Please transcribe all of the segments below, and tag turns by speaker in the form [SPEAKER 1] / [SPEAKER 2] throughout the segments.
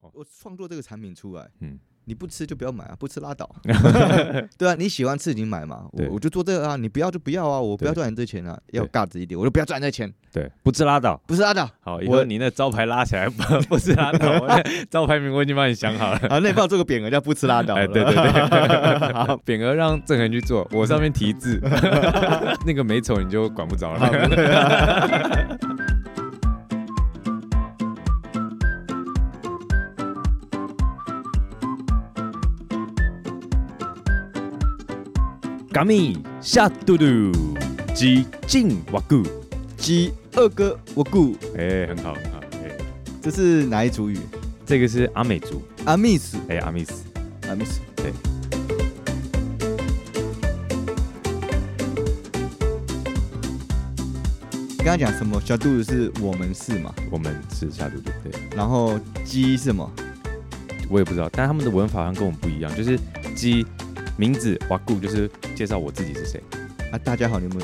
[SPEAKER 1] 哦
[SPEAKER 2] 我创作这个产品出来，
[SPEAKER 1] 嗯
[SPEAKER 2] 你不吃就不要买啊，不吃拉 倒。对啊，你喜欢吃你买嘛，我
[SPEAKER 1] 对
[SPEAKER 2] 我就做这个啊，你不要就不要啊，我不要
[SPEAKER 1] 对
[SPEAKER 2] 赚你这钱啊，
[SPEAKER 1] 对
[SPEAKER 2] 要尬子一点，我就不要赚你这钱，
[SPEAKER 1] 对，不吃拉倒。
[SPEAKER 2] 不是拉 倒啊
[SPEAKER 1] 好，以
[SPEAKER 2] 我
[SPEAKER 1] 后你那招牌拉起来，不 不吃拉倒，我那招牌名我已经帮你想 好了。
[SPEAKER 2] 啊，那你帮我做个匾额叫不吃拉倒。
[SPEAKER 1] 哎，对对，对， 好，匾额让郑恒去做，我上面题 字，那个美丑你就管不着
[SPEAKER 2] 好
[SPEAKER 1] 了。 嘎咪下嘟嘟，激进哇咕，
[SPEAKER 2] 鸡二哥我顾，
[SPEAKER 1] 哎，很好很好，哎，
[SPEAKER 2] 这是哪一组语？
[SPEAKER 1] 这个是阿美族，
[SPEAKER 2] 阿密斯，
[SPEAKER 1] 哎，阿密斯，
[SPEAKER 2] 阿密斯，
[SPEAKER 1] 对。
[SPEAKER 2] 刚刚讲什么？小肚子是我们是嘛？
[SPEAKER 1] 我们是下嘟嘟，对。
[SPEAKER 2] 然后鸡是什么？
[SPEAKER 1] 我也不知道，但他们的文法好像跟我们不一样，就是鸡名字哇固就是介绍我自己是谁，
[SPEAKER 2] 啊，大家好，你们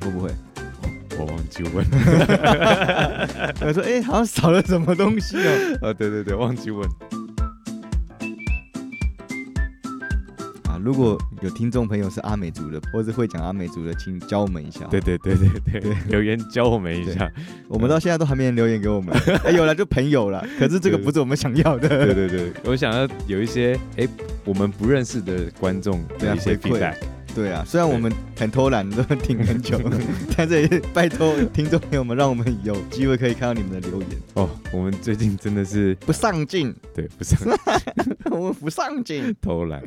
[SPEAKER 2] 会不会？
[SPEAKER 1] 我忘记问，
[SPEAKER 2] 我说，哎、好像少了什么东西哦。
[SPEAKER 1] 呃，对对对，忘记问，
[SPEAKER 2] 啊，如果有听众朋友是阿美族的，或是会讲阿美族的，请教我们一下。
[SPEAKER 1] 对，对对对对，留言教我们一下，
[SPEAKER 2] 我们到现在都还没人留言给我 们。哎、有了就朋友了，可是这个不是我们想要的。
[SPEAKER 1] 对对对， 我想要有一些哎我们不认识的观众
[SPEAKER 2] 对
[SPEAKER 1] 的
[SPEAKER 2] 啊
[SPEAKER 1] 一些
[SPEAKER 2] 回馈
[SPEAKER 1] feedback，
[SPEAKER 2] 对啊，虽然我们很偷懒，都挺很久， 但是也拜托听众朋友们，让我们有机会可以看到你们的留言。
[SPEAKER 1] 哦，我们最近真的是
[SPEAKER 2] 不上进，
[SPEAKER 1] 对不是
[SPEAKER 2] 我们不上进，
[SPEAKER 1] 偷懒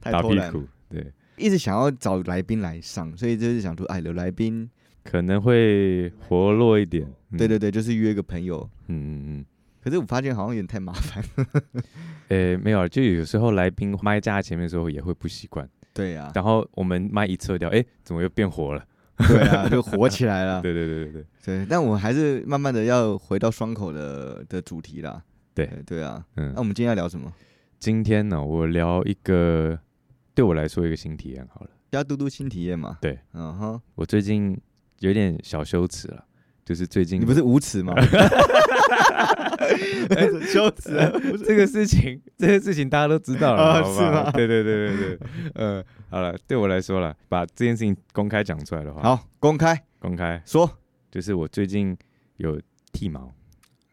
[SPEAKER 2] 太
[SPEAKER 1] 打
[SPEAKER 2] 偷
[SPEAKER 1] 屁
[SPEAKER 2] 懒了，
[SPEAKER 1] 股，对，
[SPEAKER 2] 一直想要找来宾来上，所以就是想说，哎，有来宾，
[SPEAKER 1] 可能会活络一点，嗯
[SPEAKER 2] 对，对对，就是约个朋友。
[SPEAKER 1] 嗯嗯
[SPEAKER 2] 可是我发现好像有点太麻烦。
[SPEAKER 1] 嗯，哎没有啊，就有时候来宾麦架前面的时候也会不习惯。
[SPEAKER 2] 对啊呀、
[SPEAKER 1] 然后我们麦一撤掉，哎，怎么又变活了？
[SPEAKER 2] 对 啊，就火起来了。
[SPEAKER 1] 对对对对对，
[SPEAKER 2] 对，但我还是慢慢的要回到双口的的主题啦。
[SPEAKER 1] 对
[SPEAKER 2] 呃对啊，那、
[SPEAKER 1] 嗯，
[SPEAKER 2] 我们今天要聊什么？
[SPEAKER 1] 今天呢，我聊一个对我来说一个新体验好了。
[SPEAKER 2] 加嘟嘟新体验嘛。
[SPEAKER 1] 对，
[SPEAKER 2] 嗯哼，
[SPEAKER 1] 我最近有点小羞耻了，就是最近
[SPEAKER 2] 你不是无 耻吗？哎羞耻啊！
[SPEAKER 1] 这个事情，这个事情大家都知道了，
[SPEAKER 2] 啊
[SPEAKER 1] 好不
[SPEAKER 2] 是
[SPEAKER 1] 好
[SPEAKER 2] 吗
[SPEAKER 1] 对对对对对，
[SPEAKER 2] 嗯
[SPEAKER 1] 呃，好了，对我来说了，把这件事情公开讲出来的话，，
[SPEAKER 2] 好，公开
[SPEAKER 1] 公开
[SPEAKER 2] 说
[SPEAKER 1] 就是我最近有剃毛，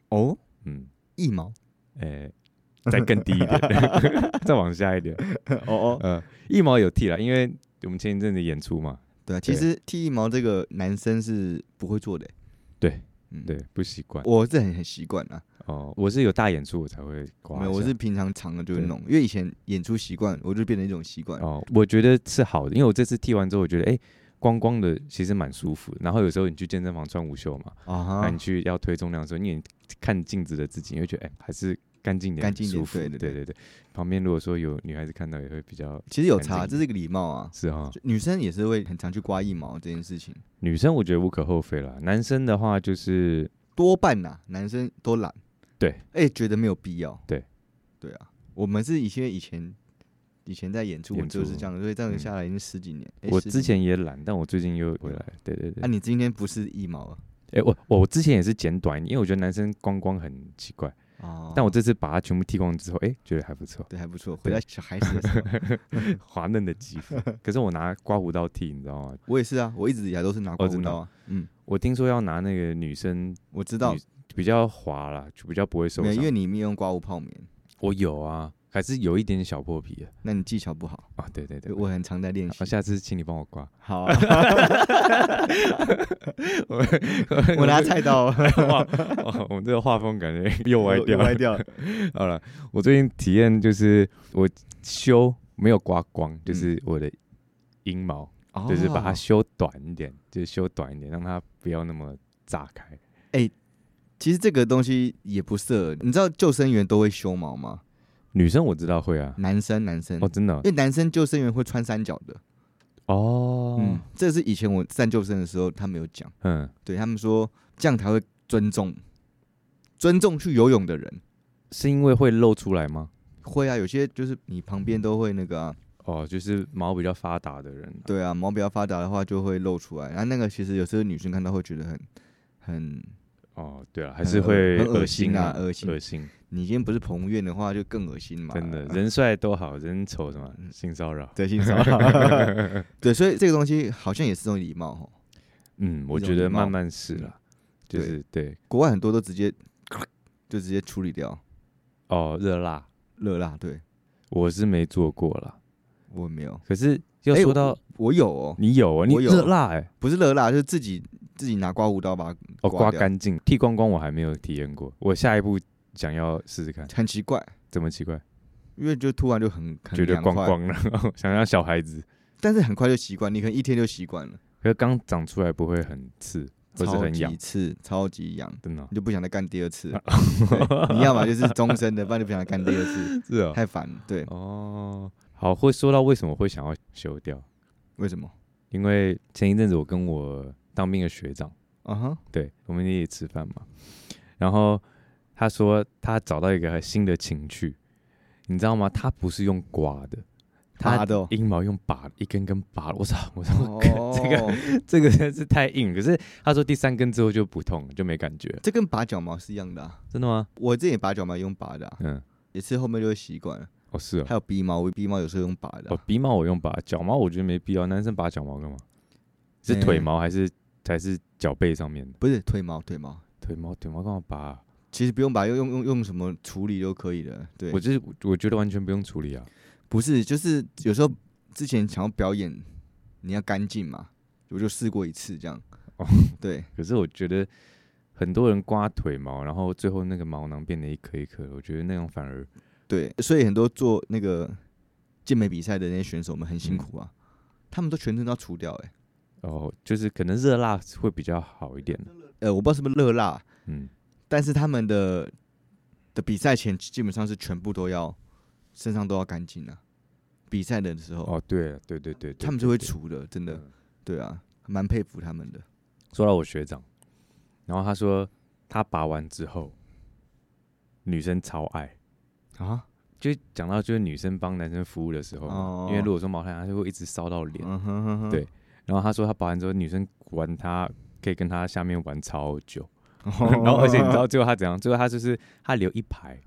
[SPEAKER 2] 哦，
[SPEAKER 1] 嗯，
[SPEAKER 2] 一 毛
[SPEAKER 1] 哎，再更低一点， 再往下一点，
[SPEAKER 2] 哦哦，
[SPEAKER 1] 呃，一毛有剃了，因为我们前一阵子演出嘛，
[SPEAKER 2] 对啊，其实剃一毛这个男生是不会做的、
[SPEAKER 1] 对，
[SPEAKER 2] 嗯，
[SPEAKER 1] 对，不习惯。
[SPEAKER 2] 我是很很习惯啊，
[SPEAKER 1] 哦，我是有大演出我才会刮一
[SPEAKER 2] 没
[SPEAKER 1] 下。
[SPEAKER 2] 有，我是平常长了就会
[SPEAKER 1] 对
[SPEAKER 2] 弄，因为以前演出习惯，我就变成一种习惯。
[SPEAKER 1] 哦，我觉得是好的，因为我这次剃完之后，我觉得哎、光光的其实蛮舒服的。然后有时候你去健身房穿无袖嘛，
[SPEAKER 2] 啊
[SPEAKER 1] 那、
[SPEAKER 2] 哈
[SPEAKER 1] 你，去要推重量的时候，你看镜子的自己，你会觉得哎、还是干净一点，
[SPEAKER 2] 干净一点
[SPEAKER 1] 舒服。
[SPEAKER 2] 对对
[SPEAKER 1] 对对旁边如果说有女孩子看到，也会比较
[SPEAKER 2] 其实有
[SPEAKER 1] 干净
[SPEAKER 2] 差，
[SPEAKER 1] 一
[SPEAKER 2] 这是一个礼貌啊。
[SPEAKER 1] 是哈、
[SPEAKER 2] 就女生也是会很常去刮腋毛这件事情，
[SPEAKER 1] 女生我觉得无可厚非啦，男生的话就是
[SPEAKER 2] 多半呐、男生都懒。
[SPEAKER 1] 对，
[SPEAKER 2] 哎、觉得没有必要。
[SPEAKER 1] 对，
[SPEAKER 2] 对啊，我们是以前以前以前在演出，我
[SPEAKER 1] 演
[SPEAKER 2] 们就是
[SPEAKER 1] 出
[SPEAKER 2] 这样，所以这样
[SPEAKER 1] 嗯
[SPEAKER 2] 下来已经十几年。哎
[SPEAKER 1] 我
[SPEAKER 2] 十
[SPEAKER 1] 之
[SPEAKER 2] 几年
[SPEAKER 1] 前也懒，但我最近又回来了。对对对
[SPEAKER 2] 啊，，你今天不是一毛啊？
[SPEAKER 1] 哎、我我我之前也是剪短一点，因为我觉得男生光光很奇怪。
[SPEAKER 2] 哦，
[SPEAKER 1] 但我这次把它全部剃光之后，哎、觉得还不错，
[SPEAKER 2] 对还不错，回
[SPEAKER 1] 对
[SPEAKER 2] 到小孩子的时候，
[SPEAKER 1] 滑嫩的 肌肤。可是我拿刮胡刀剃，你知道吗？
[SPEAKER 2] 我也是啊，我一直以来都是拿
[SPEAKER 1] 哦
[SPEAKER 2] 刮胡刀啊。嗯，
[SPEAKER 1] 我听说要拿那个女生
[SPEAKER 2] 我知道
[SPEAKER 1] 女，比较滑啦，就比较不会受
[SPEAKER 2] 没有，
[SPEAKER 1] 伤。
[SPEAKER 2] 因为你没有用刮胡泡棉，
[SPEAKER 1] 我有啊，还是有一点点小破皮的
[SPEAKER 2] 那你技巧不好，
[SPEAKER 1] 啊。对对对，
[SPEAKER 2] 我很常在练习
[SPEAKER 1] 好，。下次请你帮 我刮。
[SPEAKER 2] 好啊，我拿菜刀啊
[SPEAKER 1] 哇，哇我们这个画风感觉又歪掉
[SPEAKER 2] 又
[SPEAKER 1] 了。
[SPEAKER 2] 歪掉了。
[SPEAKER 1] 好了，我最近体验就是我修没有刮光，就是我的阴毛。就是把
[SPEAKER 2] 嗯
[SPEAKER 1] 它
[SPEAKER 2] 哦
[SPEAKER 1] 修短一点，就是修短一点，让它不要那么炸开。
[SPEAKER 2] 其实这个东西也不适合，你知道救生员都会修毛吗？
[SPEAKER 1] 女生我知道会啊，
[SPEAKER 2] 男生男生，
[SPEAKER 1] 哦，真的
[SPEAKER 2] 因为男生救生员会穿三角的。
[SPEAKER 1] 哦，
[SPEAKER 2] 嗯，这是以前我站救生的时候他们有讲，
[SPEAKER 1] 嗯，
[SPEAKER 2] 对他们说这样才会尊重，尊重去游泳的人。
[SPEAKER 1] 是因为会露出来吗？
[SPEAKER 2] 会啊，有些就是你旁边都会那个啊，
[SPEAKER 1] 哦，就是毛比较发达的人啊、
[SPEAKER 2] 对啊，毛比较发达的话就会露出来，然后那个其实有时候女生看到会觉得很很
[SPEAKER 1] 哦，对啊，还
[SPEAKER 2] 很
[SPEAKER 1] 是
[SPEAKER 2] 恶
[SPEAKER 1] 会
[SPEAKER 2] 很恶
[SPEAKER 1] 心
[SPEAKER 2] 心啊恶
[SPEAKER 1] 恶
[SPEAKER 2] 心
[SPEAKER 1] 心。
[SPEAKER 2] 你今天不是彭于晏的话，就更恶心嘛。
[SPEAKER 1] 真的，人帅都好，人丑什么
[SPEAKER 2] 嗯
[SPEAKER 1] 性骚扰？
[SPEAKER 2] 德性 骚扰。对，所以这个东西好像也是种礼貌哈。
[SPEAKER 1] 嗯，
[SPEAKER 2] 一
[SPEAKER 1] 我
[SPEAKER 2] 种
[SPEAKER 1] 觉
[SPEAKER 2] 礼
[SPEAKER 1] 得
[SPEAKER 2] 貌嗯
[SPEAKER 1] 慢慢是啦，就是对
[SPEAKER 2] 国外很多都直接就直接处理掉
[SPEAKER 1] 哦，热辣
[SPEAKER 2] 热辣，对
[SPEAKER 1] 我是没做过啦，
[SPEAKER 2] 我没有。
[SPEAKER 1] 可是要
[SPEAKER 2] 哎
[SPEAKER 1] 说到
[SPEAKER 2] 我有哦，
[SPEAKER 1] 你有啊，你
[SPEAKER 2] 我有
[SPEAKER 1] 热辣哎，
[SPEAKER 2] 不是热辣，就是自己自己拿刮胡刀把它刮
[SPEAKER 1] 哦，刮
[SPEAKER 2] 掉
[SPEAKER 1] 干净，剃光光我还没有体验过，我下一步想要试试看，
[SPEAKER 2] 很奇怪，
[SPEAKER 1] 怎么奇怪？
[SPEAKER 2] 因为就突然就很很
[SPEAKER 1] 觉得
[SPEAKER 2] 凉
[SPEAKER 1] 光
[SPEAKER 2] 快
[SPEAKER 1] 光了， 想要小孩子，
[SPEAKER 2] 但是很快就习惯，你可能一天就习惯了，
[SPEAKER 1] 可是刚长出来不会很刺，或是
[SPEAKER 2] 超
[SPEAKER 1] 很痒
[SPEAKER 2] 级，刺，超级痒，
[SPEAKER 1] 真的哦
[SPEAKER 2] 你就不想再干第二 次了。对你要么就是终身的，不然就不想再干第二 次，
[SPEAKER 1] 是啊，
[SPEAKER 2] 太烦了。对，
[SPEAKER 1] 哦，好，会说到为什么会想要修掉，
[SPEAKER 2] 为什么？
[SPEAKER 1] 因为前一阵子我跟我当兵的学长。
[SPEAKER 2] 啊哈，
[SPEAKER 1] 对，我们一起吃饭嘛。然后他说他找到一个新的情趣，你知道吗？他不是用刮的，
[SPEAKER 2] 他
[SPEAKER 1] 他
[SPEAKER 2] 的哦
[SPEAKER 1] 阴毛用拔的，一根根拔的。我操！我操！
[SPEAKER 2] 哦，
[SPEAKER 1] 这个这个真是太硬。可是他说第三根之后就不痛了，就没感觉了。
[SPEAKER 2] 这跟拔脚毛是一样的啊。
[SPEAKER 1] 真的吗？
[SPEAKER 2] 我自己拔脚毛也用拔的啊，
[SPEAKER 1] 嗯，
[SPEAKER 2] 也是后面就会习惯了。
[SPEAKER 1] 哦是 哦。
[SPEAKER 2] 还有鼻毛，我鼻毛有时候用拔的
[SPEAKER 1] 哦
[SPEAKER 2] 啊，
[SPEAKER 1] 鼻毛我用拔，脚毛我觉得没必要。男生拔脚毛干嘛？是腿
[SPEAKER 2] 嗯
[SPEAKER 1] 毛还是还是脚背上面的？
[SPEAKER 2] 不是腿毛，腿毛。
[SPEAKER 1] 腿毛腿毛干嘛拔啊、
[SPEAKER 2] 其实不用拔，用用用用什么处理都可以的。对
[SPEAKER 1] 我，就是我觉得完全不用处理啊。
[SPEAKER 2] 不是，就是有时候之前想要表演，你要干净嘛，我就试过一次这样。
[SPEAKER 1] 哦
[SPEAKER 2] 对，
[SPEAKER 1] 可是我觉得很多人刮腿毛，然后最后那个毛囊变得一颗一颗的，我觉得那样反而
[SPEAKER 2] 对，所以很多做那个健美比赛的那些选手们很
[SPEAKER 1] 嗯
[SPEAKER 2] 辛苦啊，他们都全身都要除掉、欸。哎，
[SPEAKER 1] 哦，就是可能热辣会比较好一点。
[SPEAKER 2] 呃，我不知道是不是热辣，
[SPEAKER 1] 嗯，
[SPEAKER 2] 但是他们的的比赛前基本上是全部都要身上都要干净啊。比赛的时候，
[SPEAKER 1] 哦，对对对对对，
[SPEAKER 2] 他们就会
[SPEAKER 1] 对。
[SPEAKER 2] 除的，真的
[SPEAKER 1] 嗯。
[SPEAKER 2] 对啊，蛮佩服他们的。
[SPEAKER 1] 说到我学长，然后他说他拔完之后，女生超爱。
[SPEAKER 2] 啊，
[SPEAKER 1] 就讲到就是女生帮男生服务的时候嘛，
[SPEAKER 2] 哦
[SPEAKER 1] 因为如果说毛太阳，他就会一直烧到脸。
[SPEAKER 2] 嗯哼哼哼，
[SPEAKER 1] 对然后他说他拔完之后，女生玩他可以跟他下面玩超久。 然后而且你知道最后他怎样？最后他就是他留一排，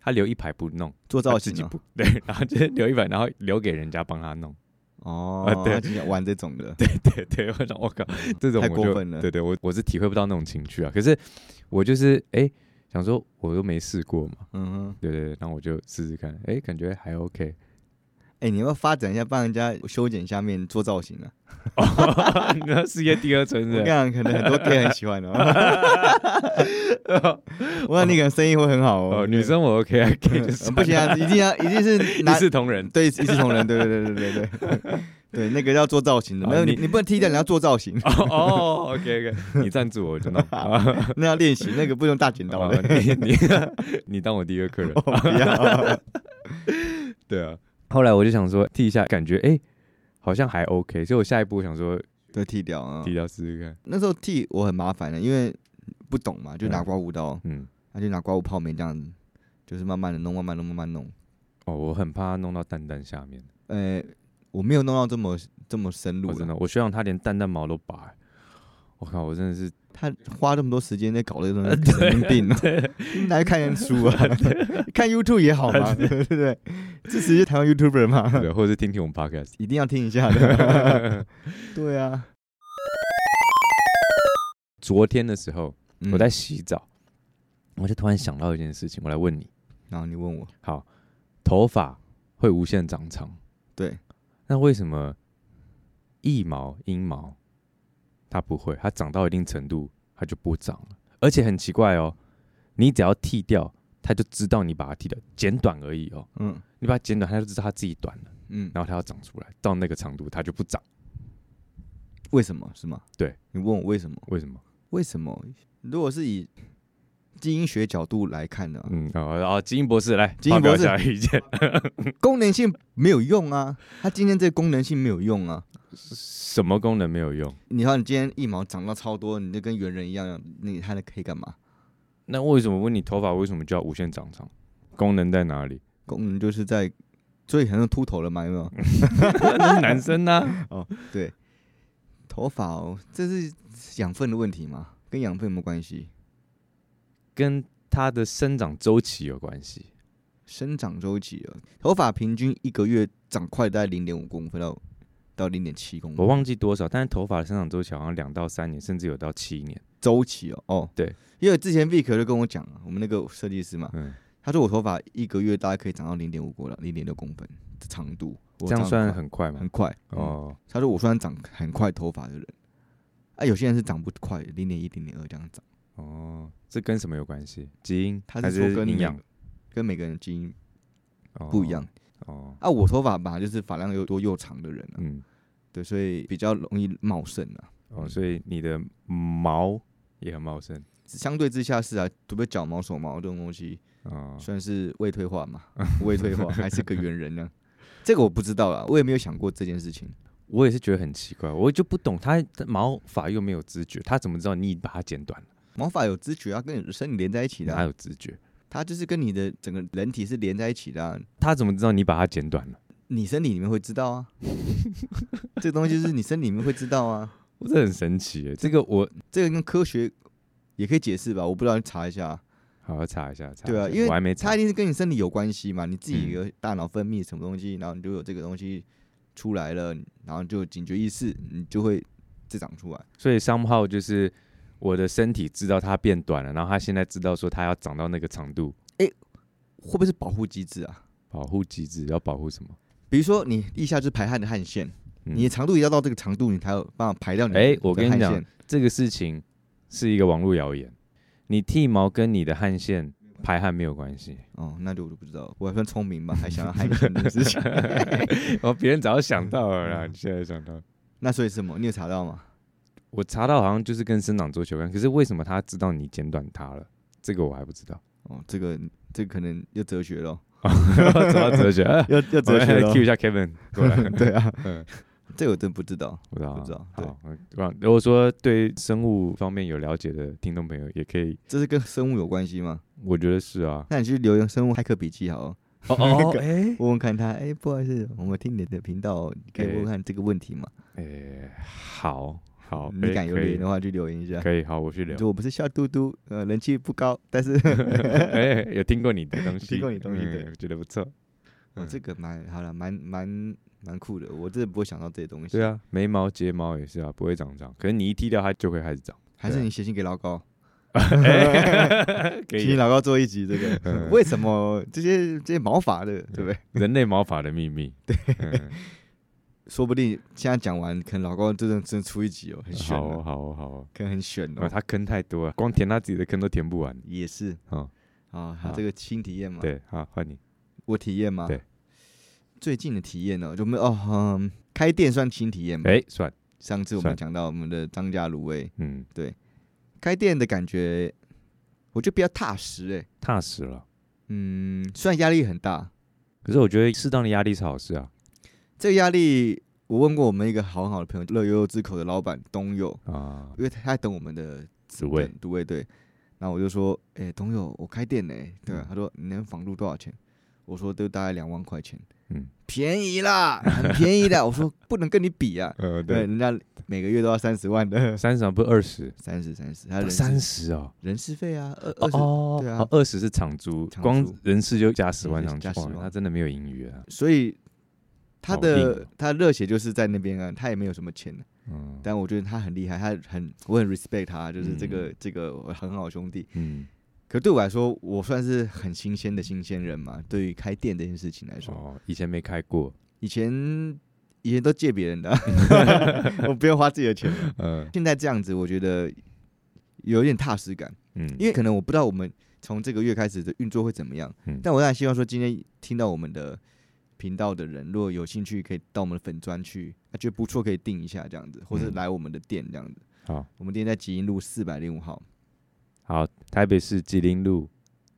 [SPEAKER 1] 他留一排不弄，
[SPEAKER 2] 做
[SPEAKER 1] 他
[SPEAKER 2] 造
[SPEAKER 1] 自
[SPEAKER 2] 型
[SPEAKER 1] 己
[SPEAKER 2] 啊
[SPEAKER 1] 不 对，然后就是留一排，然后留给人家帮他弄。啊
[SPEAKER 2] 哦，
[SPEAKER 1] 对
[SPEAKER 2] 他经常玩这种的，
[SPEAKER 1] 对对，我想我靠，这种
[SPEAKER 2] 太
[SPEAKER 1] 我
[SPEAKER 2] 过
[SPEAKER 1] 就
[SPEAKER 2] 分了
[SPEAKER 1] 对对，我我是体会不到那种情趣啊。可是我就是哎，想说我都没试过嘛，
[SPEAKER 2] 嗯哼，
[SPEAKER 1] 对对对，然后我就试试看，哎，感觉 还 OK。
[SPEAKER 2] 哎、你要不要发展一下，帮人家修剪下面做造型啊？
[SPEAKER 1] 你知道世界第二春
[SPEAKER 2] 我
[SPEAKER 1] 是吧？
[SPEAKER 2] 看可能很多 gay 很喜欢 哦。 我想你可能生意会很好哦，
[SPEAKER 1] 哦，女生我 OK 啊，可以就
[SPEAKER 2] 嗯
[SPEAKER 1] 是
[SPEAKER 2] 不行 啊，一定要一定是拿
[SPEAKER 1] 一视同仁。
[SPEAKER 2] 对一视同仁，对对对对对对 对，那个要做造型的，
[SPEAKER 1] 哦
[SPEAKER 2] 没有你
[SPEAKER 1] 你
[SPEAKER 2] 你不能踢掉，你要做造型，
[SPEAKER 1] 哦哦，OK OK，你赞助我，我就弄。
[SPEAKER 2] 那要练习，那个不用大剪刀
[SPEAKER 1] 哦
[SPEAKER 2] 的，
[SPEAKER 1] 你你 你当我第一个客人，
[SPEAKER 2] 不
[SPEAKER 1] 啊
[SPEAKER 2] 要。
[SPEAKER 1] 对啊。后来我就想说剃一下，感觉哎、好像还 OK，所以我下一步想说
[SPEAKER 2] 对，剃掉啊
[SPEAKER 1] 剃！掉试试看。
[SPEAKER 2] 那时候剃我很麻烦的，因为不懂嘛，就拿
[SPEAKER 1] 嗯
[SPEAKER 2] 刮胡刀，
[SPEAKER 1] 嗯，
[SPEAKER 2] 他就拿刮胡泡棉这样子，就是慢慢的弄，慢慢地弄，慢慢地弄。
[SPEAKER 1] 哦，我很怕弄到蛋蛋下面，
[SPEAKER 2] 呃，我没有弄到这么这么深入
[SPEAKER 1] 我
[SPEAKER 2] 啦
[SPEAKER 1] 哦真的，我学长他连蛋蛋毛都拔、欸我靠，我真的 是
[SPEAKER 2] 他花这么多时间在搞这
[SPEAKER 1] 呃
[SPEAKER 2] 个东西，神经病哦！来看看书啊， 看 YouTube 也好 嘛，对不对？支持一些台湾 YouTuber 嘛，
[SPEAKER 1] 对，或者是听听我们 podcast。
[SPEAKER 2] 一定要听一下 的。对啊，
[SPEAKER 1] 昨天的时候，
[SPEAKER 2] 嗯
[SPEAKER 1] 我在，洗澡，我就突然想到一件事情，我来问你：
[SPEAKER 2] 然后你问我，
[SPEAKER 1] 好，头发会无限长长，
[SPEAKER 2] 对，
[SPEAKER 1] 那为什么腋毛、阴毛它不会？它长到一定程度，它就不长了。而且很奇怪哦，你只要剃掉，它就知道你把它剃掉，剪短而已哦。
[SPEAKER 2] 嗯
[SPEAKER 1] 你把它剪短，它就知道它自己短了，
[SPEAKER 2] 嗯，
[SPEAKER 1] 然后它要长出来，到那个长度它就不长。
[SPEAKER 2] 为什么是吗？
[SPEAKER 1] 对，
[SPEAKER 2] 你问我为什么？
[SPEAKER 1] 为什么？
[SPEAKER 2] 为什么？如果是以基因学角度来看呢、
[SPEAKER 1] 嗯，哦，哦，基因博士来，
[SPEAKER 2] 基因博士
[SPEAKER 1] 发表一下意见。
[SPEAKER 2] 功能性没有用啊，它今天这个功能性没有用啊。
[SPEAKER 1] 什么功能没有用？
[SPEAKER 2] 你看，你今天一毛长到超多，你就跟猿人一样，你还能可以干嘛？
[SPEAKER 1] 那为什么问你头发为什么叫无限长长？功能在哪里？
[SPEAKER 2] 功能就是在，所以很多秃头了嘛，有没
[SPEAKER 1] 嗯
[SPEAKER 2] 有？
[SPEAKER 1] 那是男生啊呢、
[SPEAKER 2] 头发哦，这是养分的问题嘛，跟养分有没有关系？
[SPEAKER 1] 跟它的生长周期有关系。
[SPEAKER 2] 生长周期啊，头发平均一个月长快大概零点五公分到到零点七公
[SPEAKER 1] 我
[SPEAKER 2] 分
[SPEAKER 1] 忘记多少，但是头发的生长周期好像两到三年，甚至有到七年。
[SPEAKER 2] 周期哦，哦，
[SPEAKER 1] 对，
[SPEAKER 2] 因为之前 Vic 就跟我讲啊，我们那个设计师嘛，
[SPEAKER 1] 嗯，
[SPEAKER 2] 他说我头发一个月大概可以长到零点五公零点六公分的长度，我
[SPEAKER 1] 这样
[SPEAKER 2] 长
[SPEAKER 1] 算
[SPEAKER 2] 得
[SPEAKER 1] 很快
[SPEAKER 2] 快
[SPEAKER 1] 吗
[SPEAKER 2] 很？快哦。
[SPEAKER 1] 哦，
[SPEAKER 2] 他说我算长很快头发的人，啊，有些人是长不快，零点一、零点二这样长，
[SPEAKER 1] 哦，这跟什么有关系？基因
[SPEAKER 2] 他
[SPEAKER 1] 还
[SPEAKER 2] 是说
[SPEAKER 1] 是
[SPEAKER 2] 跟
[SPEAKER 1] 营
[SPEAKER 2] 每
[SPEAKER 1] 养
[SPEAKER 2] 个跟每个人基因不一样。
[SPEAKER 1] 哦？哦，
[SPEAKER 2] 啊，我头发本来就是发量又多又长的人啊，
[SPEAKER 1] 嗯，
[SPEAKER 2] 对，所以比较容易茂盛啊。
[SPEAKER 1] 哦，所以你的毛也很茂盛
[SPEAKER 2] 相对之下是啊，除非脚毛、手毛这种东西，
[SPEAKER 1] 哦。
[SPEAKER 2] 算是未退化嘛，未退化还是个猿人呢、这个我不知道啊啦，我也没有想过这件事情。
[SPEAKER 1] 我也是觉得很奇怪，我就不懂它它毛发又没有知觉，它怎么知道你把它剪短了？
[SPEAKER 2] 毛发有知觉啊，跟你的身体连在一起的啊、
[SPEAKER 1] 哪有知觉？
[SPEAKER 2] 它就是跟你的整个人体是连在一起的啊、
[SPEAKER 1] 它怎么知道你把它剪短了？
[SPEAKER 2] 你身体里面会知道啊，这东西就是你身体里面会知道啊，
[SPEAKER 1] 我这很神奇耶，这个我
[SPEAKER 2] 这个跟科学也可以解释吧，我不知道，你查一下啊。
[SPEAKER 1] 好好查一下，查一下
[SPEAKER 2] 对啊因为
[SPEAKER 1] 我还没查
[SPEAKER 2] 它一定是跟你身体有关系嘛，你自己有大脑分泌什么东西，然后你就有这个东西出来了，然后就有警觉意识，你就会再长出来。
[SPEAKER 1] 所以 somehow 就是我的身体知道它变短了，然后它现在知道说它要长到那个长度，
[SPEAKER 2] 会不会是保护机制啊？
[SPEAKER 1] 保护机制要保护什么？
[SPEAKER 2] 比如说你腋下就是排汗的汗腺，
[SPEAKER 1] 嗯
[SPEAKER 2] 你的长度也要到这个长度，你才有办法排掉你的
[SPEAKER 1] 哎我
[SPEAKER 2] 的
[SPEAKER 1] 跟你
[SPEAKER 2] 汗
[SPEAKER 1] 讲
[SPEAKER 2] 腺，
[SPEAKER 1] 这个事情是一个网络谣言，你剃毛跟你的汗腺排汗没有关系，
[SPEAKER 2] 哦，那就我就不知道了，我还算聪明吧，还想要汗腺这个事情。
[SPEAKER 1] 哦，别人早就想到了啦，你现在想到。
[SPEAKER 2] 那所以是什么？你有查到吗？
[SPEAKER 1] 我查到好像就是跟生长周期有关，可是为什么他知道你剪短它了？这个我还不知道。
[SPEAKER 2] 哦，这个这个可能又哲学咯，
[SPEAKER 1] 怎么哲学？
[SPEAKER 2] 又又
[SPEAKER 1] 我
[SPEAKER 2] 哲学
[SPEAKER 1] 来
[SPEAKER 2] 咯。
[SPEAKER 1] cue 一下 Kevin 过 来。
[SPEAKER 2] 对啊，
[SPEAKER 1] 嗯，
[SPEAKER 2] 这个我真不知道。
[SPEAKER 1] 不知道啊，
[SPEAKER 2] 不知道对
[SPEAKER 1] 好，嗯让如果说对生物方面有了解的听众朋友，也可以，
[SPEAKER 2] 这是跟生物有关系吗？。
[SPEAKER 1] 我觉得是啊
[SPEAKER 2] 那你去留言生物骇客笔记好了，
[SPEAKER 1] 哦 哦，哎
[SPEAKER 2] 问问看他。哎，不好意思，我们听你的频道哦，你可以
[SPEAKER 1] 哎
[SPEAKER 2] 问问看这个问题吗？
[SPEAKER 1] 哎，好好，可
[SPEAKER 2] 你
[SPEAKER 1] 以
[SPEAKER 2] 敢留
[SPEAKER 1] 可以
[SPEAKER 2] 言的话，去留言一下。
[SPEAKER 1] 可以，好，我去
[SPEAKER 2] 你
[SPEAKER 1] 聊。
[SPEAKER 2] 说我不是笑嘟嘟，呃，人气不高，但 是
[SPEAKER 1] 哎，有听过你的东西，
[SPEAKER 2] 听过你东西
[SPEAKER 1] 嗯
[SPEAKER 2] 对
[SPEAKER 1] 我觉得不错。
[SPEAKER 2] 哦，
[SPEAKER 1] 嗯
[SPEAKER 2] 这个蛮好了，蛮蛮蛮酷的。我真的不会想到这些东西。
[SPEAKER 1] 对，啊，眉毛、睫毛也是啊，不会长长，可是你一剃掉它就会开始长。
[SPEAKER 2] 还是
[SPEAKER 1] 对啊
[SPEAKER 2] 你写信给老高，
[SPEAKER 1] 哎可
[SPEAKER 2] 请
[SPEAKER 1] 以
[SPEAKER 2] 你，老高做一集这个
[SPEAKER 1] 嗯
[SPEAKER 2] 为什么这些这些毛发的，对不对？
[SPEAKER 1] 人类毛发的秘密。嗯对，
[SPEAKER 2] 说不定现在讲完，可能老高真的真的出一集哦，很悬
[SPEAKER 1] 好
[SPEAKER 2] 哦
[SPEAKER 1] 哦，，好哦，好哦。
[SPEAKER 2] 可能很悬
[SPEAKER 1] 啊，
[SPEAKER 2] 哦。
[SPEAKER 1] 他坑太多了，光填他自己的坑都填不完。
[SPEAKER 2] 也是
[SPEAKER 1] 哦，
[SPEAKER 2] 啊，
[SPEAKER 1] 好
[SPEAKER 2] 他这个新体验嘛，
[SPEAKER 1] 对，好，换你。
[SPEAKER 2] 我体验吗？
[SPEAKER 1] 对，
[SPEAKER 2] 最近的体验呢，就没有哦，嗯，开店算新体验吧。
[SPEAKER 1] 哎，算，
[SPEAKER 2] 上次我
[SPEAKER 1] 算
[SPEAKER 2] 们讲到我们的张家卤味，
[SPEAKER 1] 嗯，
[SPEAKER 2] 开店的感觉，我觉得比较踏实哎、
[SPEAKER 1] 踏实了。
[SPEAKER 2] 嗯，虽然压力很大，
[SPEAKER 1] 可是我觉得适当的压力是好事啊。
[SPEAKER 2] 这个压力我问过我们一个好很好的朋友，乐悠悠之口的老板东佑，
[SPEAKER 1] 啊，
[SPEAKER 2] 因为他在等我们的
[SPEAKER 1] 滋味，
[SPEAKER 2] 对卫队，然后我就说，哎、东佑，我开店呢、对吧、
[SPEAKER 1] 嗯
[SPEAKER 2] 他说你能房租多少钱？我说都大概两万块钱，
[SPEAKER 1] 嗯，
[SPEAKER 2] 便宜啦，很便宜的。我说不能跟你比啊，
[SPEAKER 1] 呃，
[SPEAKER 2] 对，，人家每个月都要三十万的，
[SPEAKER 1] 三十不是二十，
[SPEAKER 2] 三十三十，还有人
[SPEAKER 1] 三
[SPEAKER 2] 事
[SPEAKER 1] 十哦。
[SPEAKER 2] 人事费啊，二二十，
[SPEAKER 1] 哦
[SPEAKER 2] 对啊
[SPEAKER 1] 哦，二十是场租，
[SPEAKER 2] 场
[SPEAKER 1] 光
[SPEAKER 2] 租
[SPEAKER 1] 人事就加十万
[SPEAKER 2] 人
[SPEAKER 1] 上
[SPEAKER 2] 事
[SPEAKER 1] 去
[SPEAKER 2] 加，10
[SPEAKER 1] 哇
[SPEAKER 2] 万
[SPEAKER 1] 他真的没有盈余啊。
[SPEAKER 2] 所以他
[SPEAKER 1] 好硬
[SPEAKER 2] 的
[SPEAKER 1] 哦
[SPEAKER 2] 他的热血就是在那边啊，他也没有什么钱、啊，
[SPEAKER 1] 嗯
[SPEAKER 2] 但我觉得他很厉害，他很我很 respect 他，就是这个、
[SPEAKER 1] 嗯
[SPEAKER 2] 这个我很好兄弟。
[SPEAKER 1] 嗯，
[SPEAKER 2] 可对我来说，我算是很新鲜的新鲜人嘛，对于开店这件事情来说，
[SPEAKER 1] 哦，以前没开过，
[SPEAKER 2] 以前以前都借别人的啊、我不用花自己的钱。
[SPEAKER 1] 嗯
[SPEAKER 2] 现在这样子，我觉得有点踏实感，
[SPEAKER 1] 嗯，
[SPEAKER 2] 因为可能我不知道我们从这个月开始的运作会怎么样，
[SPEAKER 1] 嗯
[SPEAKER 2] 但我当然希望说今天听到我们的频道的人，如果有兴趣，可以到我们的粉专去，啊觉得不错可以订一下这样子，或者
[SPEAKER 1] 嗯
[SPEAKER 2] 来我们的店这样子。
[SPEAKER 1] 好
[SPEAKER 2] 我们店在吉英路四百零五号，
[SPEAKER 1] 好，台北市吉林路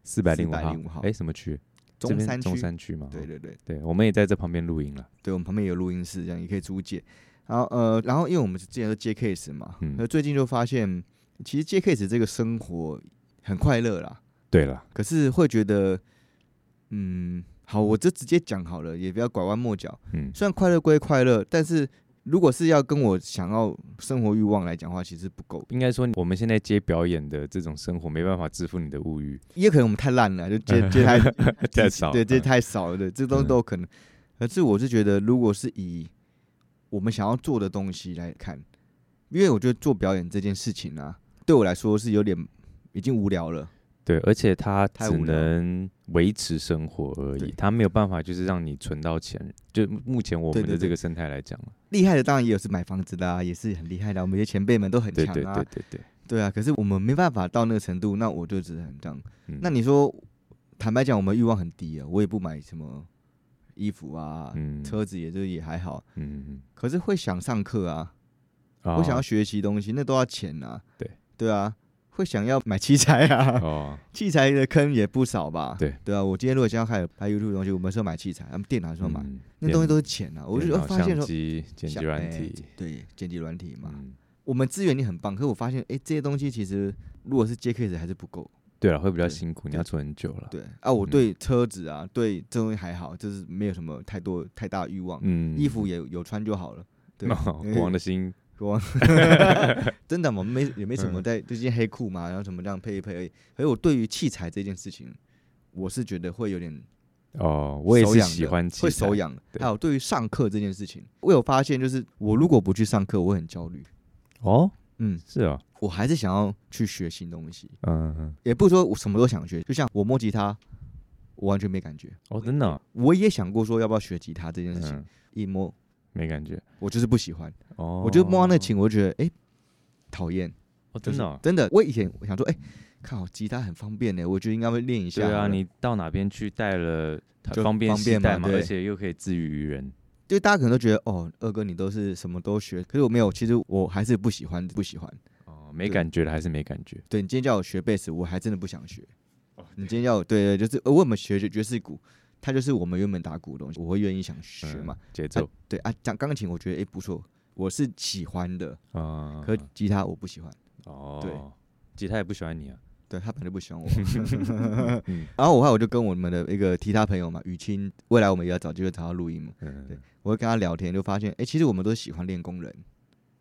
[SPEAKER 1] 四百零五
[SPEAKER 2] 405
[SPEAKER 1] 号，
[SPEAKER 2] 号
[SPEAKER 1] 哎，什么区？这
[SPEAKER 2] 中
[SPEAKER 1] 边
[SPEAKER 2] 山区
[SPEAKER 1] 中。山哦区嘛。
[SPEAKER 2] 对对对，
[SPEAKER 1] 对，我们也在这旁边录音了。
[SPEAKER 2] 对我们旁边有录音室，这样也可以租借。然后呃，然后因为我们之前都接 case 嘛，
[SPEAKER 1] 嗯
[SPEAKER 2] 那、最近就发现，其实接 case 这个生活很快乐啦，
[SPEAKER 1] 对了，
[SPEAKER 2] 可是会觉得，嗯，好，我就直接讲好了，也不要拐弯抹角。
[SPEAKER 1] 嗯，
[SPEAKER 2] 虽然快乐归快乐，但是如果是要跟我想要生活欲望来讲的话，其实不够。
[SPEAKER 1] 应该说我们现在接表演的这种生活没办法支付你的物欲，
[SPEAKER 2] 也可能我们太烂了，就 接接太
[SPEAKER 1] 太少
[SPEAKER 2] 对，这
[SPEAKER 1] 嗯
[SPEAKER 2] 太少了，对，这都
[SPEAKER 1] 嗯
[SPEAKER 2] 都有可能。可是我是觉得，如果是以我们想要做的东西来看，因为我觉得做表演这件事情啊，对我来说是有点已经无聊了。
[SPEAKER 1] 对，而且它
[SPEAKER 2] 太
[SPEAKER 1] 只
[SPEAKER 2] 无聊了
[SPEAKER 1] 能维持生活而已
[SPEAKER 2] 对，
[SPEAKER 1] 它没有办法就是让你存到钱。就目前我
[SPEAKER 2] 对
[SPEAKER 1] 们
[SPEAKER 2] 对
[SPEAKER 1] 的这
[SPEAKER 2] 对
[SPEAKER 1] 个生态来讲，啊
[SPEAKER 2] 厉害的当然也有是买房子的啊，也是很厉害的啊、我们这些前辈们都很
[SPEAKER 1] 对
[SPEAKER 2] 强
[SPEAKER 1] 对
[SPEAKER 2] 啊，
[SPEAKER 1] 对对对，
[SPEAKER 2] 对啊。可是我们没办法到那个程度，那我就只能这样。
[SPEAKER 1] 嗯
[SPEAKER 2] 那你说，坦白讲，我们欲望很低啊，我也不买什么衣服啊，
[SPEAKER 1] 嗯
[SPEAKER 2] 车子也就也还好。
[SPEAKER 1] 嗯嗯，
[SPEAKER 2] 可是会想上课啊，
[SPEAKER 1] 嗯
[SPEAKER 2] 会想要学习东西，那都要钱啊。
[SPEAKER 1] 对
[SPEAKER 2] 对啊，会想要买器材 啊，
[SPEAKER 1] 哦哦，
[SPEAKER 2] 器材的坑也不少吧？
[SPEAKER 1] 对
[SPEAKER 2] 对啊，我今天如果想要开始拍 YouTube 的东西，我们是要买器材，他们电脑还是要买，
[SPEAKER 1] 嗯
[SPEAKER 2] 那东西都
[SPEAKER 1] 电
[SPEAKER 2] 是钱啊。我就
[SPEAKER 1] 电
[SPEAKER 2] 会
[SPEAKER 1] 脑
[SPEAKER 2] 发现
[SPEAKER 1] 相
[SPEAKER 2] 说，
[SPEAKER 1] 机、剪辑
[SPEAKER 2] 想
[SPEAKER 1] 软
[SPEAKER 2] 哎
[SPEAKER 1] 体
[SPEAKER 2] 对，剪辑软体嘛，
[SPEAKER 1] 嗯，
[SPEAKER 2] 我们资源也很棒，可是我发现，哎、这些东西其实如果是接 case 还是不够。
[SPEAKER 1] 对了，会比较
[SPEAKER 2] 对
[SPEAKER 1] 辛苦，你
[SPEAKER 2] 对
[SPEAKER 1] 要存很久了。
[SPEAKER 2] 对啊，我
[SPEAKER 1] 嗯
[SPEAKER 2] 对车子啊，对这东西还好，就是没有什么太多太大欲望，
[SPEAKER 1] 嗯
[SPEAKER 2] 衣服也有穿就好了。对，
[SPEAKER 1] 哦国王的心，
[SPEAKER 2] 国王， 真的嘛，没也没什么
[SPEAKER 1] 嗯
[SPEAKER 2] 在，就件黑裤嘛，然后什么这样配一配而已。可是我对于器材这件事情，我是觉得会有点
[SPEAKER 1] 哦，我也
[SPEAKER 2] 手
[SPEAKER 1] 是
[SPEAKER 2] 痒
[SPEAKER 1] 喜
[SPEAKER 2] 的
[SPEAKER 1] 欢
[SPEAKER 2] 会
[SPEAKER 1] 器材
[SPEAKER 2] 手，痒。
[SPEAKER 1] 对
[SPEAKER 2] 还有对于上课这件事情，我有发现，就是我如果不去上课，我会很焦虑。
[SPEAKER 1] 哦，
[SPEAKER 2] 嗯，
[SPEAKER 1] 是哦，
[SPEAKER 2] 我还是想要去学新东西，
[SPEAKER 1] 嗯，嗯
[SPEAKER 2] 也不是说我什么都想学。就像我摸吉他，我完全没感觉。
[SPEAKER 1] 哦，真的哦，
[SPEAKER 2] 我也想过说要不要学吉他这件事情，
[SPEAKER 1] 嗯，
[SPEAKER 2] 一摸
[SPEAKER 1] 没感觉，
[SPEAKER 2] 我就是不喜欢，
[SPEAKER 1] 哦，
[SPEAKER 2] 我就摸到那琴，我就觉得哎讨厌。
[SPEAKER 1] 哦，
[SPEAKER 2] 就
[SPEAKER 1] 真
[SPEAKER 2] 是
[SPEAKER 1] 的哦，
[SPEAKER 2] 真的，我以前我想说，哎、看好吉他很方便呢，我觉得应该会练一下好
[SPEAKER 1] 对
[SPEAKER 2] 了。
[SPEAKER 1] 啊，你到哪边去带了，它
[SPEAKER 2] 就
[SPEAKER 1] 方便
[SPEAKER 2] 方
[SPEAKER 1] 携
[SPEAKER 2] 便
[SPEAKER 1] 带
[SPEAKER 2] 嘛
[SPEAKER 1] 嘛，
[SPEAKER 2] 对
[SPEAKER 1] 而且又可以自娱于人。
[SPEAKER 2] 就大家可能都觉得，哦，二哥你都是什么都学，可是我没有，其实我还是不喜欢，不喜欢。
[SPEAKER 1] 哦，没
[SPEAKER 2] 对
[SPEAKER 1] 感觉的还是没感觉。
[SPEAKER 2] 对你今天叫我学贝斯，我还真的不想学。你今天要我对对，就是呃我有没有学爵爵士鼓？它就是我们原本打鼓的东西，我会愿意想学嘛
[SPEAKER 1] 嗯。，节奏
[SPEAKER 2] 对啊，讲钢琴我觉得哎、不错，我是喜欢的，
[SPEAKER 1] 啊，
[SPEAKER 2] 可吉他我不喜欢。
[SPEAKER 1] 哦，吉他也不喜欢你啊。
[SPEAKER 2] 对他本来就不喜欢 我，嗯然后我后来我就跟我们的一个吉他朋友嘛，雨清，未来我们也要找机会找他录音嘛，
[SPEAKER 1] 嗯，
[SPEAKER 2] 我会跟他聊天，就发现，哎、其实我们都喜欢练功人，